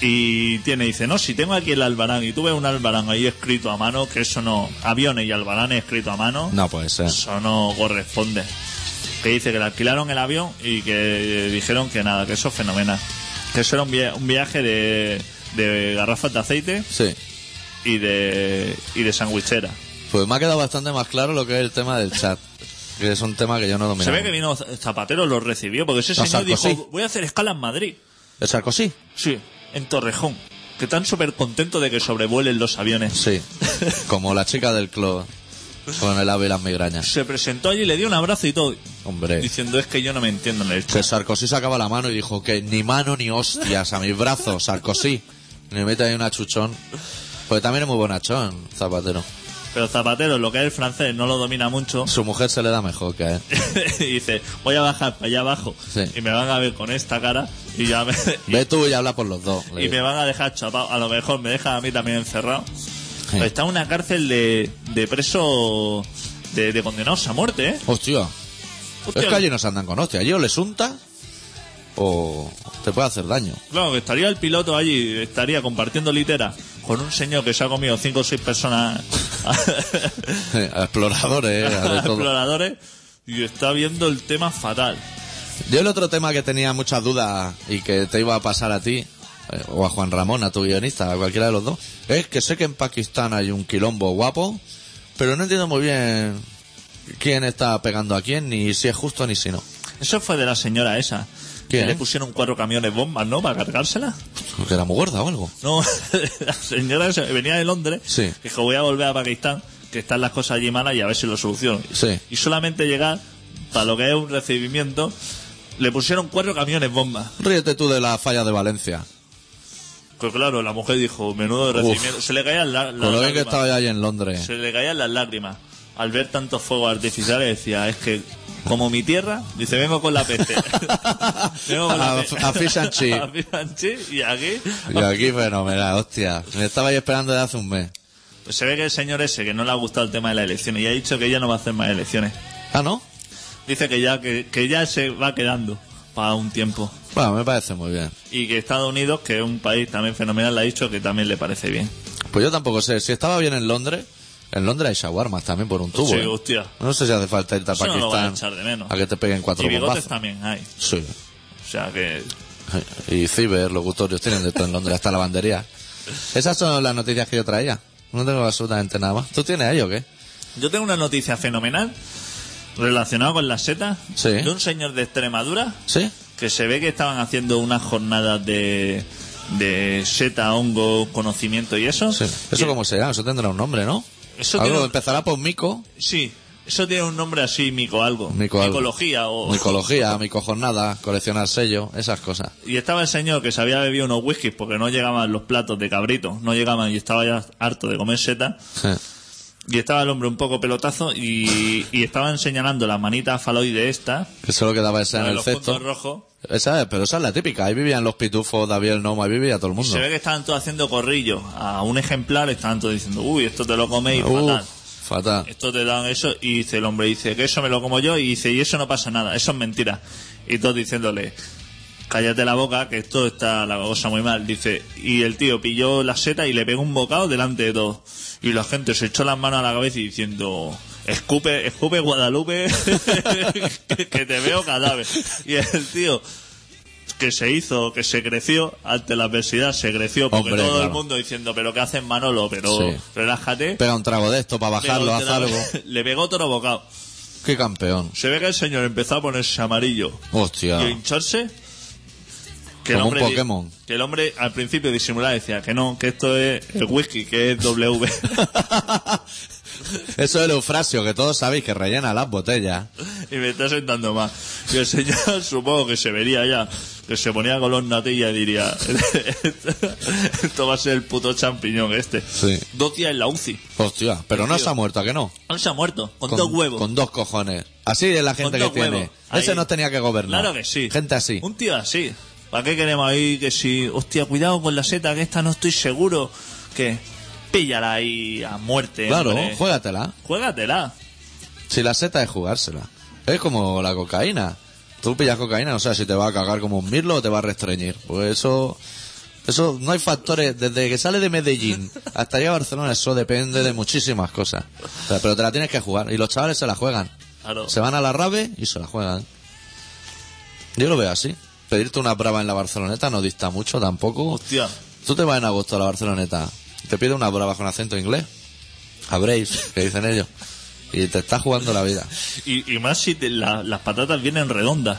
Speaker 2: Y tiene, dice, no, si tengo aquí el albarán y tú ves un albarán ahí escrito a mano, que eso no, aviones y albaranes escrito a mano,
Speaker 1: No puede ser.
Speaker 2: eso no corresponde. Que dice que le alquilaron el avión y que dijeron que nada, que eso es fenomenal. Que eso era un, via- un viaje de, de garrafas de aceite
Speaker 1: Sí.
Speaker 2: y de, y de sandwichera.
Speaker 1: Pues me ha quedado bastante más claro lo que es el tema del chat. Que es un tema que yo no domino.
Speaker 2: Se ve que vino Zapatero, lo recibió, porque ese
Speaker 1: No,
Speaker 2: señor
Speaker 1: Sarkozy.
Speaker 2: dijo, voy a hacer escala en Madrid.
Speaker 1: ¿El Sarkozy?
Speaker 2: Sí, en Torrejón. Que están súper contentos de que sobrevuelen los aviones.
Speaker 1: Sí.
Speaker 2: (laughs)
Speaker 1: Como la chica del club. Con el ave y las migrañas.
Speaker 2: Se presentó allí, le dio un abrazo y todo,
Speaker 1: Hombre.
Speaker 2: diciendo, es que yo no me entiendo en el
Speaker 1: Que
Speaker 2: chat.
Speaker 1: Sarkozy sacaba la mano y dijo que ni mano ni hostias a mis brazos, Sarkozy. Ni mete ahí una chuchón. Pues también es muy bonachón, Zapatero.
Speaker 2: Pero Zapatero, lo que es el francés, no lo domina mucho.
Speaker 1: Su mujer se le da mejor que a él.
Speaker 2: (laughs) y dice, voy a bajar para allá abajo
Speaker 1: Sí.
Speaker 2: y me van a ver con esta cara y ya
Speaker 1: (laughs)
Speaker 2: me, y,
Speaker 1: Ve tú y habla por los dos.
Speaker 2: (laughs)
Speaker 1: le
Speaker 2: y me
Speaker 1: digo.
Speaker 2: van a dejar chapado. A lo mejor me dejan a mí también encerrado.
Speaker 1: Sí.
Speaker 2: Está en una cárcel de, de preso, de, de condenados a muerte, ¿eh?
Speaker 1: Hostia.
Speaker 2: Hostia,
Speaker 1: Es que allí no se andan con hostias. Allí o les unta o te puede hacer daño. (laughs)
Speaker 2: Claro, que estaría el piloto allí, estaría compartiendo litera con un señor que se ha comido cinco o seis personas (laughs)
Speaker 1: A exploradores, Eh, a
Speaker 2: (laughs)
Speaker 1: de todo.
Speaker 2: exploradores y está viendo el tema fatal.
Speaker 1: Yo el otro tema que tenía muchas dudas y que te iba a pasar a ti, eh, o a Juan Ramón, a tu guionista, a cualquiera de los dos, es que sé que en Pakistán hay un quilombo guapo, pero no entiendo muy bien quién está pegando a quién, ni si es justo ni si no.
Speaker 2: Eso fue de la señora esa.
Speaker 1: ¿Quién?
Speaker 2: Que le pusieron cuatro camiones bombas, ¿no? Para cargársela.
Speaker 1: Porque era muy gorda o algo.
Speaker 2: No, (laughs) la señora esa que venía de Londres,
Speaker 1: Sí.
Speaker 2: dijo voy a volver a Pakistán, que están las cosas allí malas y a ver si lo soluciono.
Speaker 1: Sí.
Speaker 2: Y solamente llegar, para lo que es un recibimiento, le pusieron cuatro camiones bombas.
Speaker 1: Ríete tú de la falla de Valencia.
Speaker 2: Pues claro, la mujer dijo, menudo de recibimiento. Se le caían la- las
Speaker 1: Por lo bien que
Speaker 2: lágrimas.
Speaker 1: estaba ya ahí en Londres.
Speaker 2: Se le caían las lágrimas. Al ver tantos fuegos artificiales decía, es que como mi tierra, dice, vengo con la
Speaker 1: (laughs)
Speaker 2: peste. vengo con la
Speaker 1: A-
Speaker 2: peste.
Speaker 1: a fish and
Speaker 2: (laughs)
Speaker 1: chip.
Speaker 2: A fish and chip, y aquí
Speaker 1: Y aquí fenomenal, hostia. Me estaba ahí esperando desde hace un mes.
Speaker 2: Pues se ve que el señor ese que no le ha gustado el tema de las elecciones y ha dicho que ella no va a hacer más elecciones.
Speaker 1: Ah, ¿no?
Speaker 2: Dice que ya que, que ya se va quedando para un tiempo
Speaker 1: Bueno, me parece muy bien.
Speaker 2: y que Estados Unidos, que es un país también fenomenal, le ha dicho que también le parece bien.
Speaker 1: Pues yo tampoco sé. Si estaba bien en Londres, en Londres hay shawarmas también por un tubo.
Speaker 2: Pues Sí,
Speaker 1: ¿eh?
Speaker 2: hostia.
Speaker 1: No sé si hace falta irte a
Speaker 2: Eso no
Speaker 1: Pakistán
Speaker 2: lo van a echar de menos.
Speaker 1: a que te peguen cuatro
Speaker 2: Y bigotes
Speaker 1: bombazos.
Speaker 2: también hay.
Speaker 1: Sí.
Speaker 2: O sea que
Speaker 1: Y ciber, locutorios, tienen de todo en Londres, hasta lavandería. Esas son las noticias que yo traía. No tengo absolutamente nada más. ¿Tú tienes ahí o qué?
Speaker 2: Yo tengo una noticia fenomenal relacionada con las setas
Speaker 1: Sí.
Speaker 2: de un señor de Extremadura
Speaker 1: ¿Sí?
Speaker 2: que se ve que estaban haciendo unas jornadas de, de seta, hongo, conocimiento y eso.
Speaker 1: Sí. ¿Eso
Speaker 2: Y-
Speaker 1: cómo se llama? Eso tendrá un nombre, ¿no?
Speaker 2: Eso
Speaker 1: Algo
Speaker 2: tiene-
Speaker 1: empezará por mico.
Speaker 2: Sí, eso tiene un nombre así, mico algo.
Speaker 1: Mico algo.
Speaker 2: Micología o...
Speaker 1: Micología, micojornada, coleccionar sellos, esas cosas. (laughs)
Speaker 2: Y estaba el señor que se había bebido unos whiskies porque no llegaban los platos de cabrito, no llegaban y estaba ya harto de comer seta. Y estaba el hombre un poco pelotazo y, y estaba enseñando las manitas faloides estas,
Speaker 1: Que solo quedaba
Speaker 2: la
Speaker 1: ese en
Speaker 2: de
Speaker 1: el
Speaker 2: los puntos
Speaker 1: cesto.
Speaker 2: rojos,
Speaker 1: Esa, pero esa es la típica. Ahí vivían los pitufos, David el Nomo, ahí vivía todo el mundo.
Speaker 2: Se ve que estaban todos haciendo corrillo. A un ejemplar estaban todos diciendo, uy, esto te lo coméis
Speaker 1: Uh,
Speaker 2: fatal.
Speaker 1: fatal.
Speaker 2: Esto te dan eso. Y dice el hombre, dice, que eso me lo como yo. Y dice, y eso no pasa nada. Eso es mentira. Y todos diciéndole, cállate la boca, que esto está la cosa muy mal. Dice, y el tío pilló la seta y le pegó un bocado delante de todos. Y la gente se echó las manos a la cabeza y diciendo, escupe, escupe Guadalupe, (laughs) que- que te veo cadáver. Y el tío, que se hizo, que se creció ante la adversidad, se creció porque
Speaker 1: Hombre,
Speaker 2: todo el
Speaker 1: claro.
Speaker 2: mundo diciendo, pero ¿qué haces Manolo? Pero
Speaker 1: Sí.
Speaker 2: relájate.
Speaker 1: Pega un trago de esto para bajarlo,
Speaker 2: Pegó
Speaker 1: haz
Speaker 2: otra-
Speaker 1: algo.
Speaker 2: (laughs) Le pegó otro bocado.
Speaker 1: Qué campeón.
Speaker 2: Se ve que el señor empezó a ponerse amarillo Ah.
Speaker 1: Hostia.
Speaker 2: y a hincharse. Que
Speaker 1: Como un
Speaker 2: di-
Speaker 1: Pokémon.
Speaker 2: Que el hombre al principio disimulaba decía que no, que esto es el whisky, que es W.
Speaker 1: (laughs)
Speaker 2: (laughs)
Speaker 1: Eso es el eufrasio, que todos sabéis que rellena las botellas.
Speaker 2: y me está sentando más. Y el señor (laughs) supongo que se vería ya, que se ponía color natilla y diría, (laughs) esto va a ser el puto champiñón este.
Speaker 1: Sí.
Speaker 2: Dos días en la UCI.
Speaker 1: Hostia, pero no
Speaker 2: Tío.
Speaker 1: se ha muerto, ¿a que no?
Speaker 2: Él se ha muerto, con, dos huevos.
Speaker 1: Con dos cojones. Así es la gente
Speaker 2: Con
Speaker 1: que
Speaker 2: dos
Speaker 1: tiene.
Speaker 2: huevos.
Speaker 1: Ese
Speaker 2: Ahí.
Speaker 1: no tenía que gobernar.
Speaker 2: Claro que sí.
Speaker 1: Gente así.
Speaker 2: Un tío así. ¿Para qué queremos ahí que si... Hostia, cuidado con la seta, que esta no estoy seguro. Que píllala ahí a muerte.
Speaker 1: claro,
Speaker 2: hombre.
Speaker 1: juégatela.
Speaker 2: Juégatela.
Speaker 1: Si la seta es jugársela. Es como la cocaína. Tú pillas cocaína, no sabes si te va a cagar como un mirlo o te va a restreñir. Pues eso. Eso no hay factores. Desde que sale de Medellín hasta llegar a Barcelona, eso depende de muchísimas cosas. O sea, pero te la tienes que jugar. Y los chavales se la juegan.
Speaker 2: Claro.
Speaker 1: Se van a la rave y se la juegan. Yo lo veo así. Pedirte una brava en la Barceloneta no dista mucho tampoco.
Speaker 2: Hostia.
Speaker 1: Tú te vas en agosto a la Barceloneta, te pide una brava con acento inglés, habréis, que dicen ellos, y te estás jugando la vida.
Speaker 2: Y, y más si te- la- las patatas vienen redondas.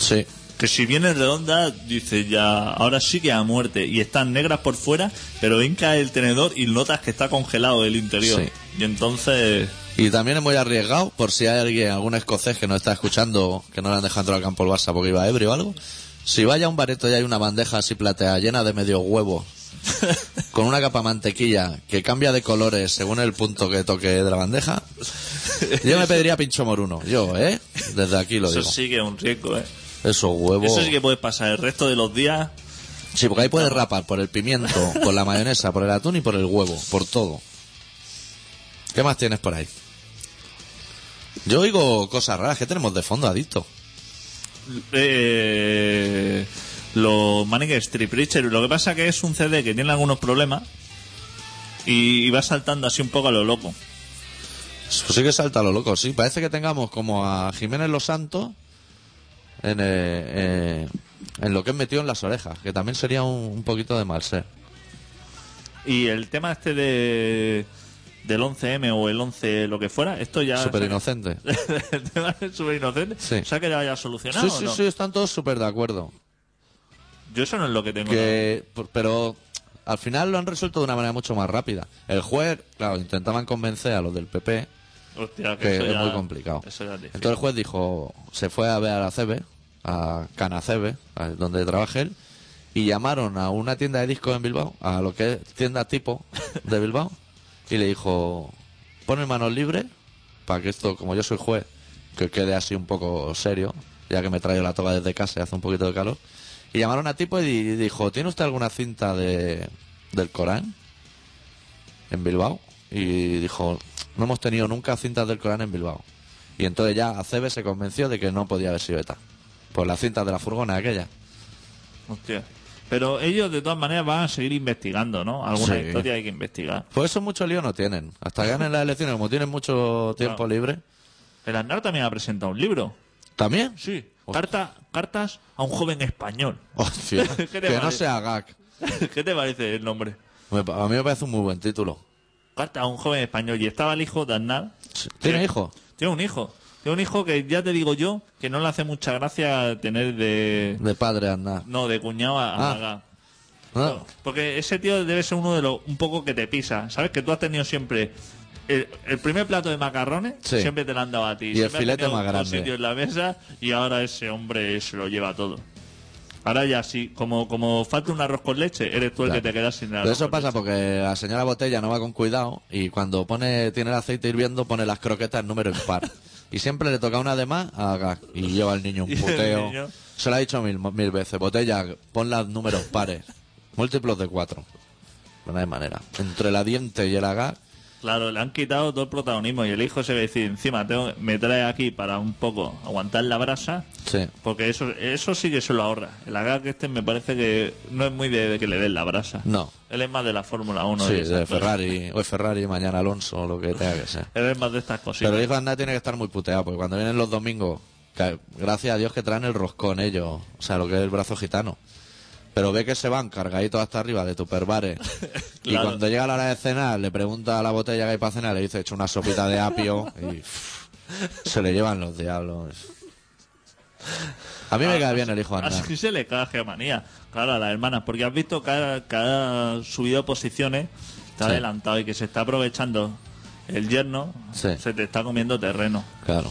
Speaker 1: Sí.
Speaker 2: Que si vienen redondas, dice ya, ahora sí que a muerte. Y están negras por fuera, pero hinca el tenedor y notas que está congelado el interior.
Speaker 1: Sí.
Speaker 2: Y entonces...
Speaker 1: Y también es muy arriesgado, por si hay alguien, algún escocés que nos está escuchando, que no le han dejado entrar al campo el Barça porque iba ebrio o algo, si vaya a un bareto y hay una bandeja así plateada llena de
Speaker 2: (laughs)
Speaker 1: medio huevo, con una capa mantequilla que cambia de colores según el punto que toque de la bandeja, yo me pediría pincho moruno, yo, ¿eh? Desde aquí lo
Speaker 2: Eso
Speaker 1: digo.
Speaker 2: sí que es un riesgo, ¿eh?
Speaker 1: Esos huevos.
Speaker 2: Eso sí que puede pasar el resto de los días
Speaker 1: Sí, porque ahí puedes rapar por el pimiento, por la mayonesa, por el atún y por el huevo, por todo. ¿Qué más tienes por ahí? Yo oigo cosas raras que tenemos de fondo, adicto.
Speaker 2: Eh, los Manic Street Preacher. Lo que pasa que es un CD que tiene algunos problemas y, y va saltando así un poco a lo loco.
Speaker 1: Pues sí que salta lo loco, sí. Parece que tengamos como a Jiménez Los Santos en, eh, eh, en lo que es metido en las orejas, que también sería un, un poquito de mal ser.
Speaker 2: Y el tema este de del 11M o el 11 lo que fuera, esto ya...
Speaker 1: Súper inocente.
Speaker 2: (laughs) el tema es súper inocente.
Speaker 1: Sí.
Speaker 2: ¿Se ha quedado ya solucionado
Speaker 1: sí,
Speaker 2: o
Speaker 1: sí,
Speaker 2: no?
Speaker 1: sí, están todos súper de acuerdo.
Speaker 2: Yo eso no es lo que tengo.
Speaker 1: que por- pero al final lo han resuelto de una manera mucho más rápida. El juez, claro, intentaban convencer a los del PP,
Speaker 2: Hostia, que
Speaker 1: que
Speaker 2: eso
Speaker 1: es
Speaker 2: ya-
Speaker 1: muy complicado.
Speaker 2: Eso ya es difícil.
Speaker 1: Entonces el juez dijo, se fue a ver a la CB, a Canacebe, a- donde trabaja él, y llamaron a una tienda de discos en Bilbao, a lo que es tienda tipo de Bilbao, y le dijo, ponme manos libres, para que esto, como yo soy juez, que quede así un poco serio, ya que me traigo la toga desde casa y hace un poquito de calor. Y llamaron a tipo y di- dijo, ¿tiene usted alguna cinta de, del Corán? en Bilbao y dijo, no hemos tenido nunca cintas del Corán en Bilbao. Y entonces ya Acebe se convenció de que no podía haber sido ETA. Por las cintas de la furgona aquella.
Speaker 2: Hostia. Pero ellos de todas maneras van a seguir investigando, ¿no? Alguna
Speaker 1: Sí.
Speaker 2: historia hay que investigar.
Speaker 1: Por Pues eso mucho lío no tienen. Hasta que ganen las elecciones, como tienen mucho tiempo libre.
Speaker 2: El Aznar también ha presentado un libro.
Speaker 1: ¿También?
Speaker 2: Sí,
Speaker 1: Hostia.
Speaker 2: carta, cartas a un joven español.
Speaker 1: Hostia,
Speaker 2: ¿Qué te
Speaker 1: que no
Speaker 2: parece?
Speaker 1: sea gag.
Speaker 2: (laughs) ¿Qué te parece el nombre?
Speaker 1: Me pa- A mí me parece un muy buen título.
Speaker 2: Carta a un joven español. Y estaba el hijo de Aznar.
Speaker 1: ¿Tiene
Speaker 2: Sí.
Speaker 1: hijo?
Speaker 2: Tiene un hijo. Tiene un hijo que ya te digo yo que no le hace mucha gracia tener de.
Speaker 1: De padre Aznar.
Speaker 2: No, de cuñado a, a
Speaker 1: Ah.
Speaker 2: Gaga.
Speaker 1: ¿No?
Speaker 2: Porque ese tío debe ser uno de los. Un poco que te pisa. ¿Sabes? Que tú has tenido siempre. El, el primer plato de macarrones
Speaker 1: Sí.
Speaker 2: siempre te lo han dado a ti.
Speaker 1: el filete más grande.
Speaker 2: sitio en la mesa y ahora ese hombre se lo lleva todo. Ahora ya sí, como, como falta un arroz con leche, eres tú el
Speaker 1: Claro.
Speaker 2: que te quedas sin nada.
Speaker 1: Pero eso pasa porque la señora Botella no va con cuidado y cuando pone tiene el aceite hirviendo pone las croquetas en número impar. Y siempre le toca una de más a Gag. Y lleva al niño
Speaker 2: (laughs) Y
Speaker 1: un
Speaker 2: el
Speaker 1: puteo.
Speaker 2: niño-
Speaker 1: Se lo ha dicho mil, mil veces. Botella, pon las números pares. Múltiplos de cuatro. Pero no hay manera. Entre la diente y el Gag.
Speaker 2: Claro, le han quitado todo el protagonismo y el hijo se va a decir, encima tengo, me trae aquí para un poco aguantar la brasa,
Speaker 1: Sí.
Speaker 2: porque eso eso sí que se lo ahorra. El que este me parece que no es muy de, de que le den la brasa.
Speaker 1: No.
Speaker 2: Él es más de la Fórmula 1.
Speaker 1: sí,
Speaker 2: y esas
Speaker 1: de
Speaker 2: cosas.
Speaker 1: Ferrari. Hoy Ferrari, mañana Alonso, o lo que tenga que ser.
Speaker 2: Él es más de estas cositas.
Speaker 1: Pero el hijo de Aznar tiene que estar muy puteado, porque cuando vienen los domingos, que- gracias a Dios que traen el roscón ellos, o sea, lo que es el brazo gitano. Pero ve que se van cargaditos hasta arriba
Speaker 2: (laughs)
Speaker 1: de tupperbares. Y
Speaker 2: Claro.
Speaker 1: cuando llega la hora de cenar, le pregunta a la botella que hay para cenar, le dice, he hecho una sopita de apio,
Speaker 2: (laughs)
Speaker 1: y pff, se le llevan los diablos. A
Speaker 2: Ah,
Speaker 1: mí me cae bien el hijo de Aznar.
Speaker 2: Así se le cae geomanía. Claro, a las hermanas, porque has visto que ha, que ha subido posiciones, está
Speaker 1: Sí.
Speaker 2: adelantado y que se está aprovechando el yerno,
Speaker 1: Sí.
Speaker 2: se te está comiendo terreno.
Speaker 1: Claro.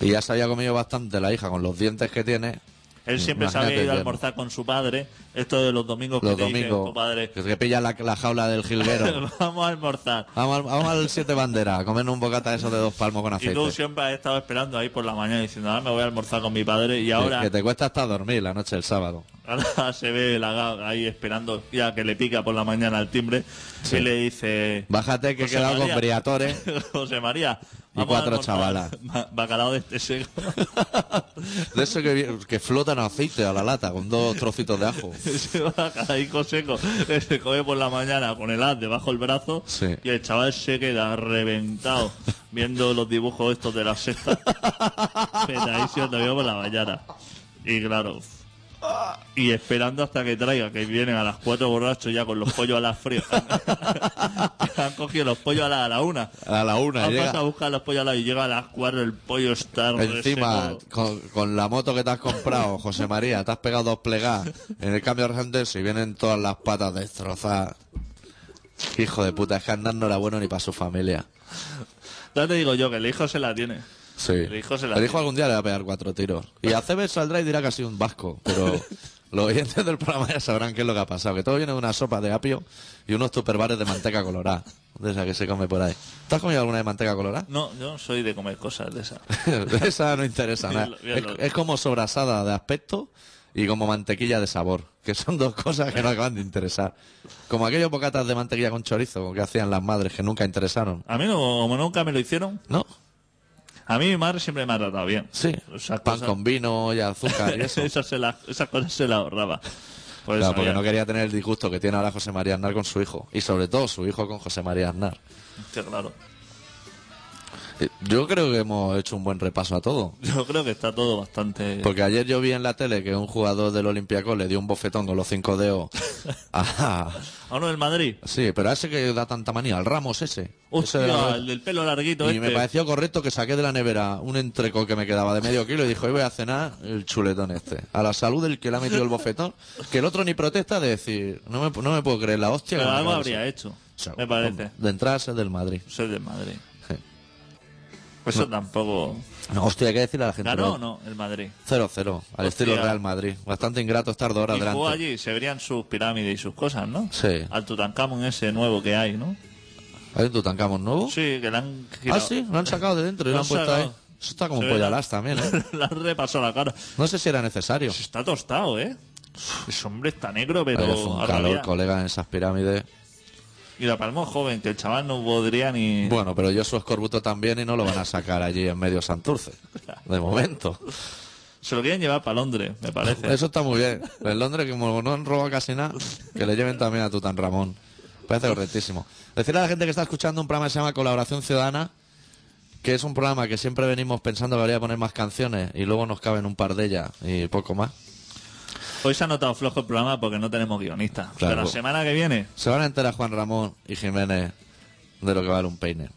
Speaker 1: Y ya se había comido bastante la hija con los dientes que tiene.
Speaker 2: Él siempre
Speaker 1: Imagínate
Speaker 2: se había ido a
Speaker 1: el yerno.
Speaker 2: almorzar con su padre, esto de los domingos
Speaker 1: Los
Speaker 2: que te dije,
Speaker 1: domingos.
Speaker 2: tu padre,
Speaker 1: Que pilla la, la jaula del
Speaker 2: (laughs)
Speaker 1: jilguero.
Speaker 2: vamos a almorzar.
Speaker 1: Vamos al, vamos al Siete Banderas, a comer un bocata de esos de dos palmos con
Speaker 2: Y tú
Speaker 1: aceite.
Speaker 2: siempre has estado esperando ahí por la mañana diciendo, ahora me voy a almorzar con mi padre y ahora,
Speaker 1: Que te cuesta hasta dormir la noche del sábado.
Speaker 2: ahora (laughs) se ve la gaga ahí esperando ya que le pica por la mañana el timbre y le dice...
Speaker 1: Bájate que he
Speaker 2: José
Speaker 1: quedado
Speaker 2: María.
Speaker 1: con Briatore.
Speaker 2: (laughs) José María.
Speaker 1: Y
Speaker 2: vamos
Speaker 1: cuatro
Speaker 2: a almorzar
Speaker 1: chavalas.
Speaker 2: (laughs) ba- Bacalao de este seco.
Speaker 1: De eso que, vi- que flotan aceite a la lata con dos trocitos de ajo.
Speaker 2: (laughs) Ese bacalaico seco que (laughs) se come por la mañana con el as debajo del brazo.
Speaker 1: Sí.
Speaker 2: Y el chaval se queda reventado viendo los dibujos estos de la sexta. (laughs) Petadísimo todavía por la mañana. Y claro. Y esperando hasta que traiga, que vienen a las cuatro borrachos ya con los pollos a las (laughs) frías. Han cogido los pollos a la, a la una.
Speaker 1: A la una
Speaker 2: Han pasado a
Speaker 1: llega
Speaker 2: buscar los pollos a la y llega a las cuatro, el pollo está
Speaker 1: encima
Speaker 2: reseco.
Speaker 1: con, con la moto que te has comprado, José María, te has pegado dos plegadas en el cambio argentino y vienen todas las patas destrozadas. Hijo de puta, es que Andar no era bueno ni para su familia.
Speaker 2: Ya te digo yo que el hijo se la tiene.
Speaker 1: Sí.
Speaker 2: El hijo se la
Speaker 1: El hijo algún día le va a pegar cuatro tiros. Y a Cebes saldrá y dirá que ha sido un vasco.
Speaker 2: (laughs)
Speaker 1: Pero los oyentes del programa ya sabrán qué es lo que ha pasado. Que todo viene de una sopa de apio y unos tupperbares de manteca colorada. De esa que se come por ahí. ¿Te has comido alguna de
Speaker 2: (laughs)
Speaker 1: manteca colorada?
Speaker 2: No, yo no soy de comer cosas de esas.
Speaker 1: De esa no interesa nada.
Speaker 2: Bien, bien,
Speaker 1: Es,
Speaker 2: lo-
Speaker 1: es como sobrasada de aspecto y como mantequilla de sabor. Que son dos cosas que no acaban de interesar. Como aquellos bocatas de mantequilla con chorizo que hacían las madres que nunca interesaron.
Speaker 2: A mí no, como nunca me lo hicieron,
Speaker 1: ¿No?
Speaker 2: a mí mi madre siempre me ha tratado bien.
Speaker 1: Sí.
Speaker 2: Esas
Speaker 1: Pan
Speaker 2: cosas-
Speaker 1: con vino y azúcar
Speaker 2: (laughs)
Speaker 1: y eso.
Speaker 2: esas, se la- esas cosas se las ahorraba. Pues
Speaker 1: Claro, porque
Speaker 2: había-
Speaker 1: no quería tener el disgusto que tiene ahora José María Aznar con su hijo. Y sobre todo su hijo con José María Aznar.
Speaker 2: Sí, claro.
Speaker 1: Eh, Yo creo que hemos hecho un buen repaso a todo.
Speaker 2: Yo creo que está todo bastante...
Speaker 1: Porque ayer yo vi en la tele que un jugador del Olympiacos le dio un bofetón con los cinco dedos. Ajá.
Speaker 2: ¿A uno del Madrid?
Speaker 1: (laughs) Sí, pero a ese que da tanta manía, al Ramos ese. Ese de la
Speaker 2: Hostia,
Speaker 1: rueda.
Speaker 2: el del pelo larguito
Speaker 1: y
Speaker 2: este.
Speaker 1: me pareció correcto que saqué de la nevera un entreco que me quedaba de medio kilo y dijo, hoy voy a cenar el chuletón este. A la salud del que le ha metido el bofetón. Que el otro ni protesta de decir, no me, no me puedo creer la hostia. que
Speaker 2: Pero
Speaker 1: me
Speaker 2: algo
Speaker 1: acaba de
Speaker 2: habría
Speaker 1: hacer".
Speaker 2: hecho,
Speaker 1: Seguro.
Speaker 2: me parece.
Speaker 1: De entrada es el del Madrid. (laughs)
Speaker 2: Soy del Madrid.
Speaker 1: Sí.
Speaker 2: Pues eso tampoco...
Speaker 1: No, hostia, hay que decirle a la gente.
Speaker 2: ¿Ganó o no el Madrid?
Speaker 1: 0-0, al estilo Real Madrid. Bastante ingrato estar dos horas
Speaker 2: Y jugó
Speaker 1: delante.
Speaker 2: allí, se verían sus pirámides y sus cosas, ¿no?
Speaker 1: Sí.
Speaker 2: Al Tutankamón ese nuevo que hay, ¿no?
Speaker 1: ¿Hay un Tutankamón nuevo?
Speaker 2: Sí, que le han
Speaker 1: ah,
Speaker 2: girado-
Speaker 1: sí, lo han sacado de dentro y
Speaker 2: Lo han
Speaker 1: lo han puesto
Speaker 2: sacado.
Speaker 1: ahí. Eso está como
Speaker 2: Se
Speaker 1: un
Speaker 2: ve la-
Speaker 1: pollalás también, ¿eh?
Speaker 2: (laughs) le han repasado la cara.
Speaker 1: No sé si era necesario.
Speaker 2: Se está tostado, ¿eh? Ese hombre está negro,
Speaker 1: Ayer fue
Speaker 2: pero...
Speaker 1: un
Speaker 2: a
Speaker 1: calor,
Speaker 2: rabiar.
Speaker 1: colega, en esas pirámides.
Speaker 2: y la palmó joven, que el chaval no podría ni...
Speaker 1: Bueno, pero yo su escorbuto también y no lo van a sacar allí en medio Santurce. De momento.
Speaker 2: Se lo quieren llevar para Londres, me parece.
Speaker 1: Eso está muy bien. En Londres, como no han robado casi nada, que le lleven también a Tutanramón. Parece correctísimo. Decirle a la gente que está escuchando un programa que se llama Colaboración Ciudadana, que es un programa que siempre venimos pensando que debería poner más canciones y luego nos caben un par de ellas y poco más.
Speaker 2: Hoy se ha notado flojo el programa porque no tenemos guionistas.
Speaker 1: Claro.
Speaker 2: Pero la semana que viene...
Speaker 1: Se van a enterar Juan Ramón y Jiménez de lo que vale un peine.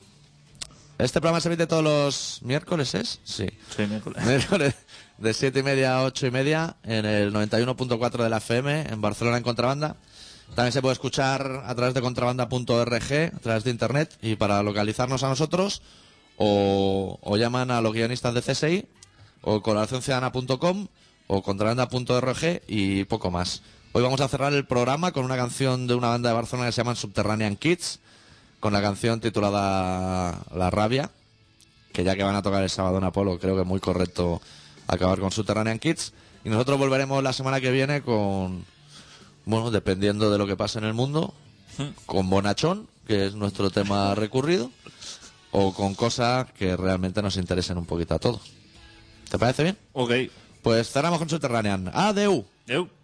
Speaker 1: Este programa se emite todos los miércoles, ¿es? Sí.
Speaker 2: Sí, miércoles.
Speaker 1: (laughs) Miércoles de 7 y media a 8 y media en el 91.4 de la FM en Barcelona en Contrabanda. También se puede escuchar a través de contrabanda.org, a través de internet y para localizarnos a nosotros o, o llaman a los guionistas de CSI o colaboracionciudadana.com o contrabanda.org y poco más. Hoy vamos a cerrar el programa con una canción de una banda de Barcelona que se llama Subterranean Kids, con la canción titulada La Rabia que ya que van a tocar el sábado en Apolo, creo que es muy correcto acabar con Subterranean Kids. Y nosotros volveremos la semana que viene con, bueno, dependiendo de lo que pase en el mundo, con Bonachón, que es nuestro tema recurrido, o con cosas que realmente nos interesen un poquito a todos. ¿Te parece bien?
Speaker 2: Ok.
Speaker 1: Pues cerramos con Subterranean. ¡Adeu!
Speaker 2: Eu.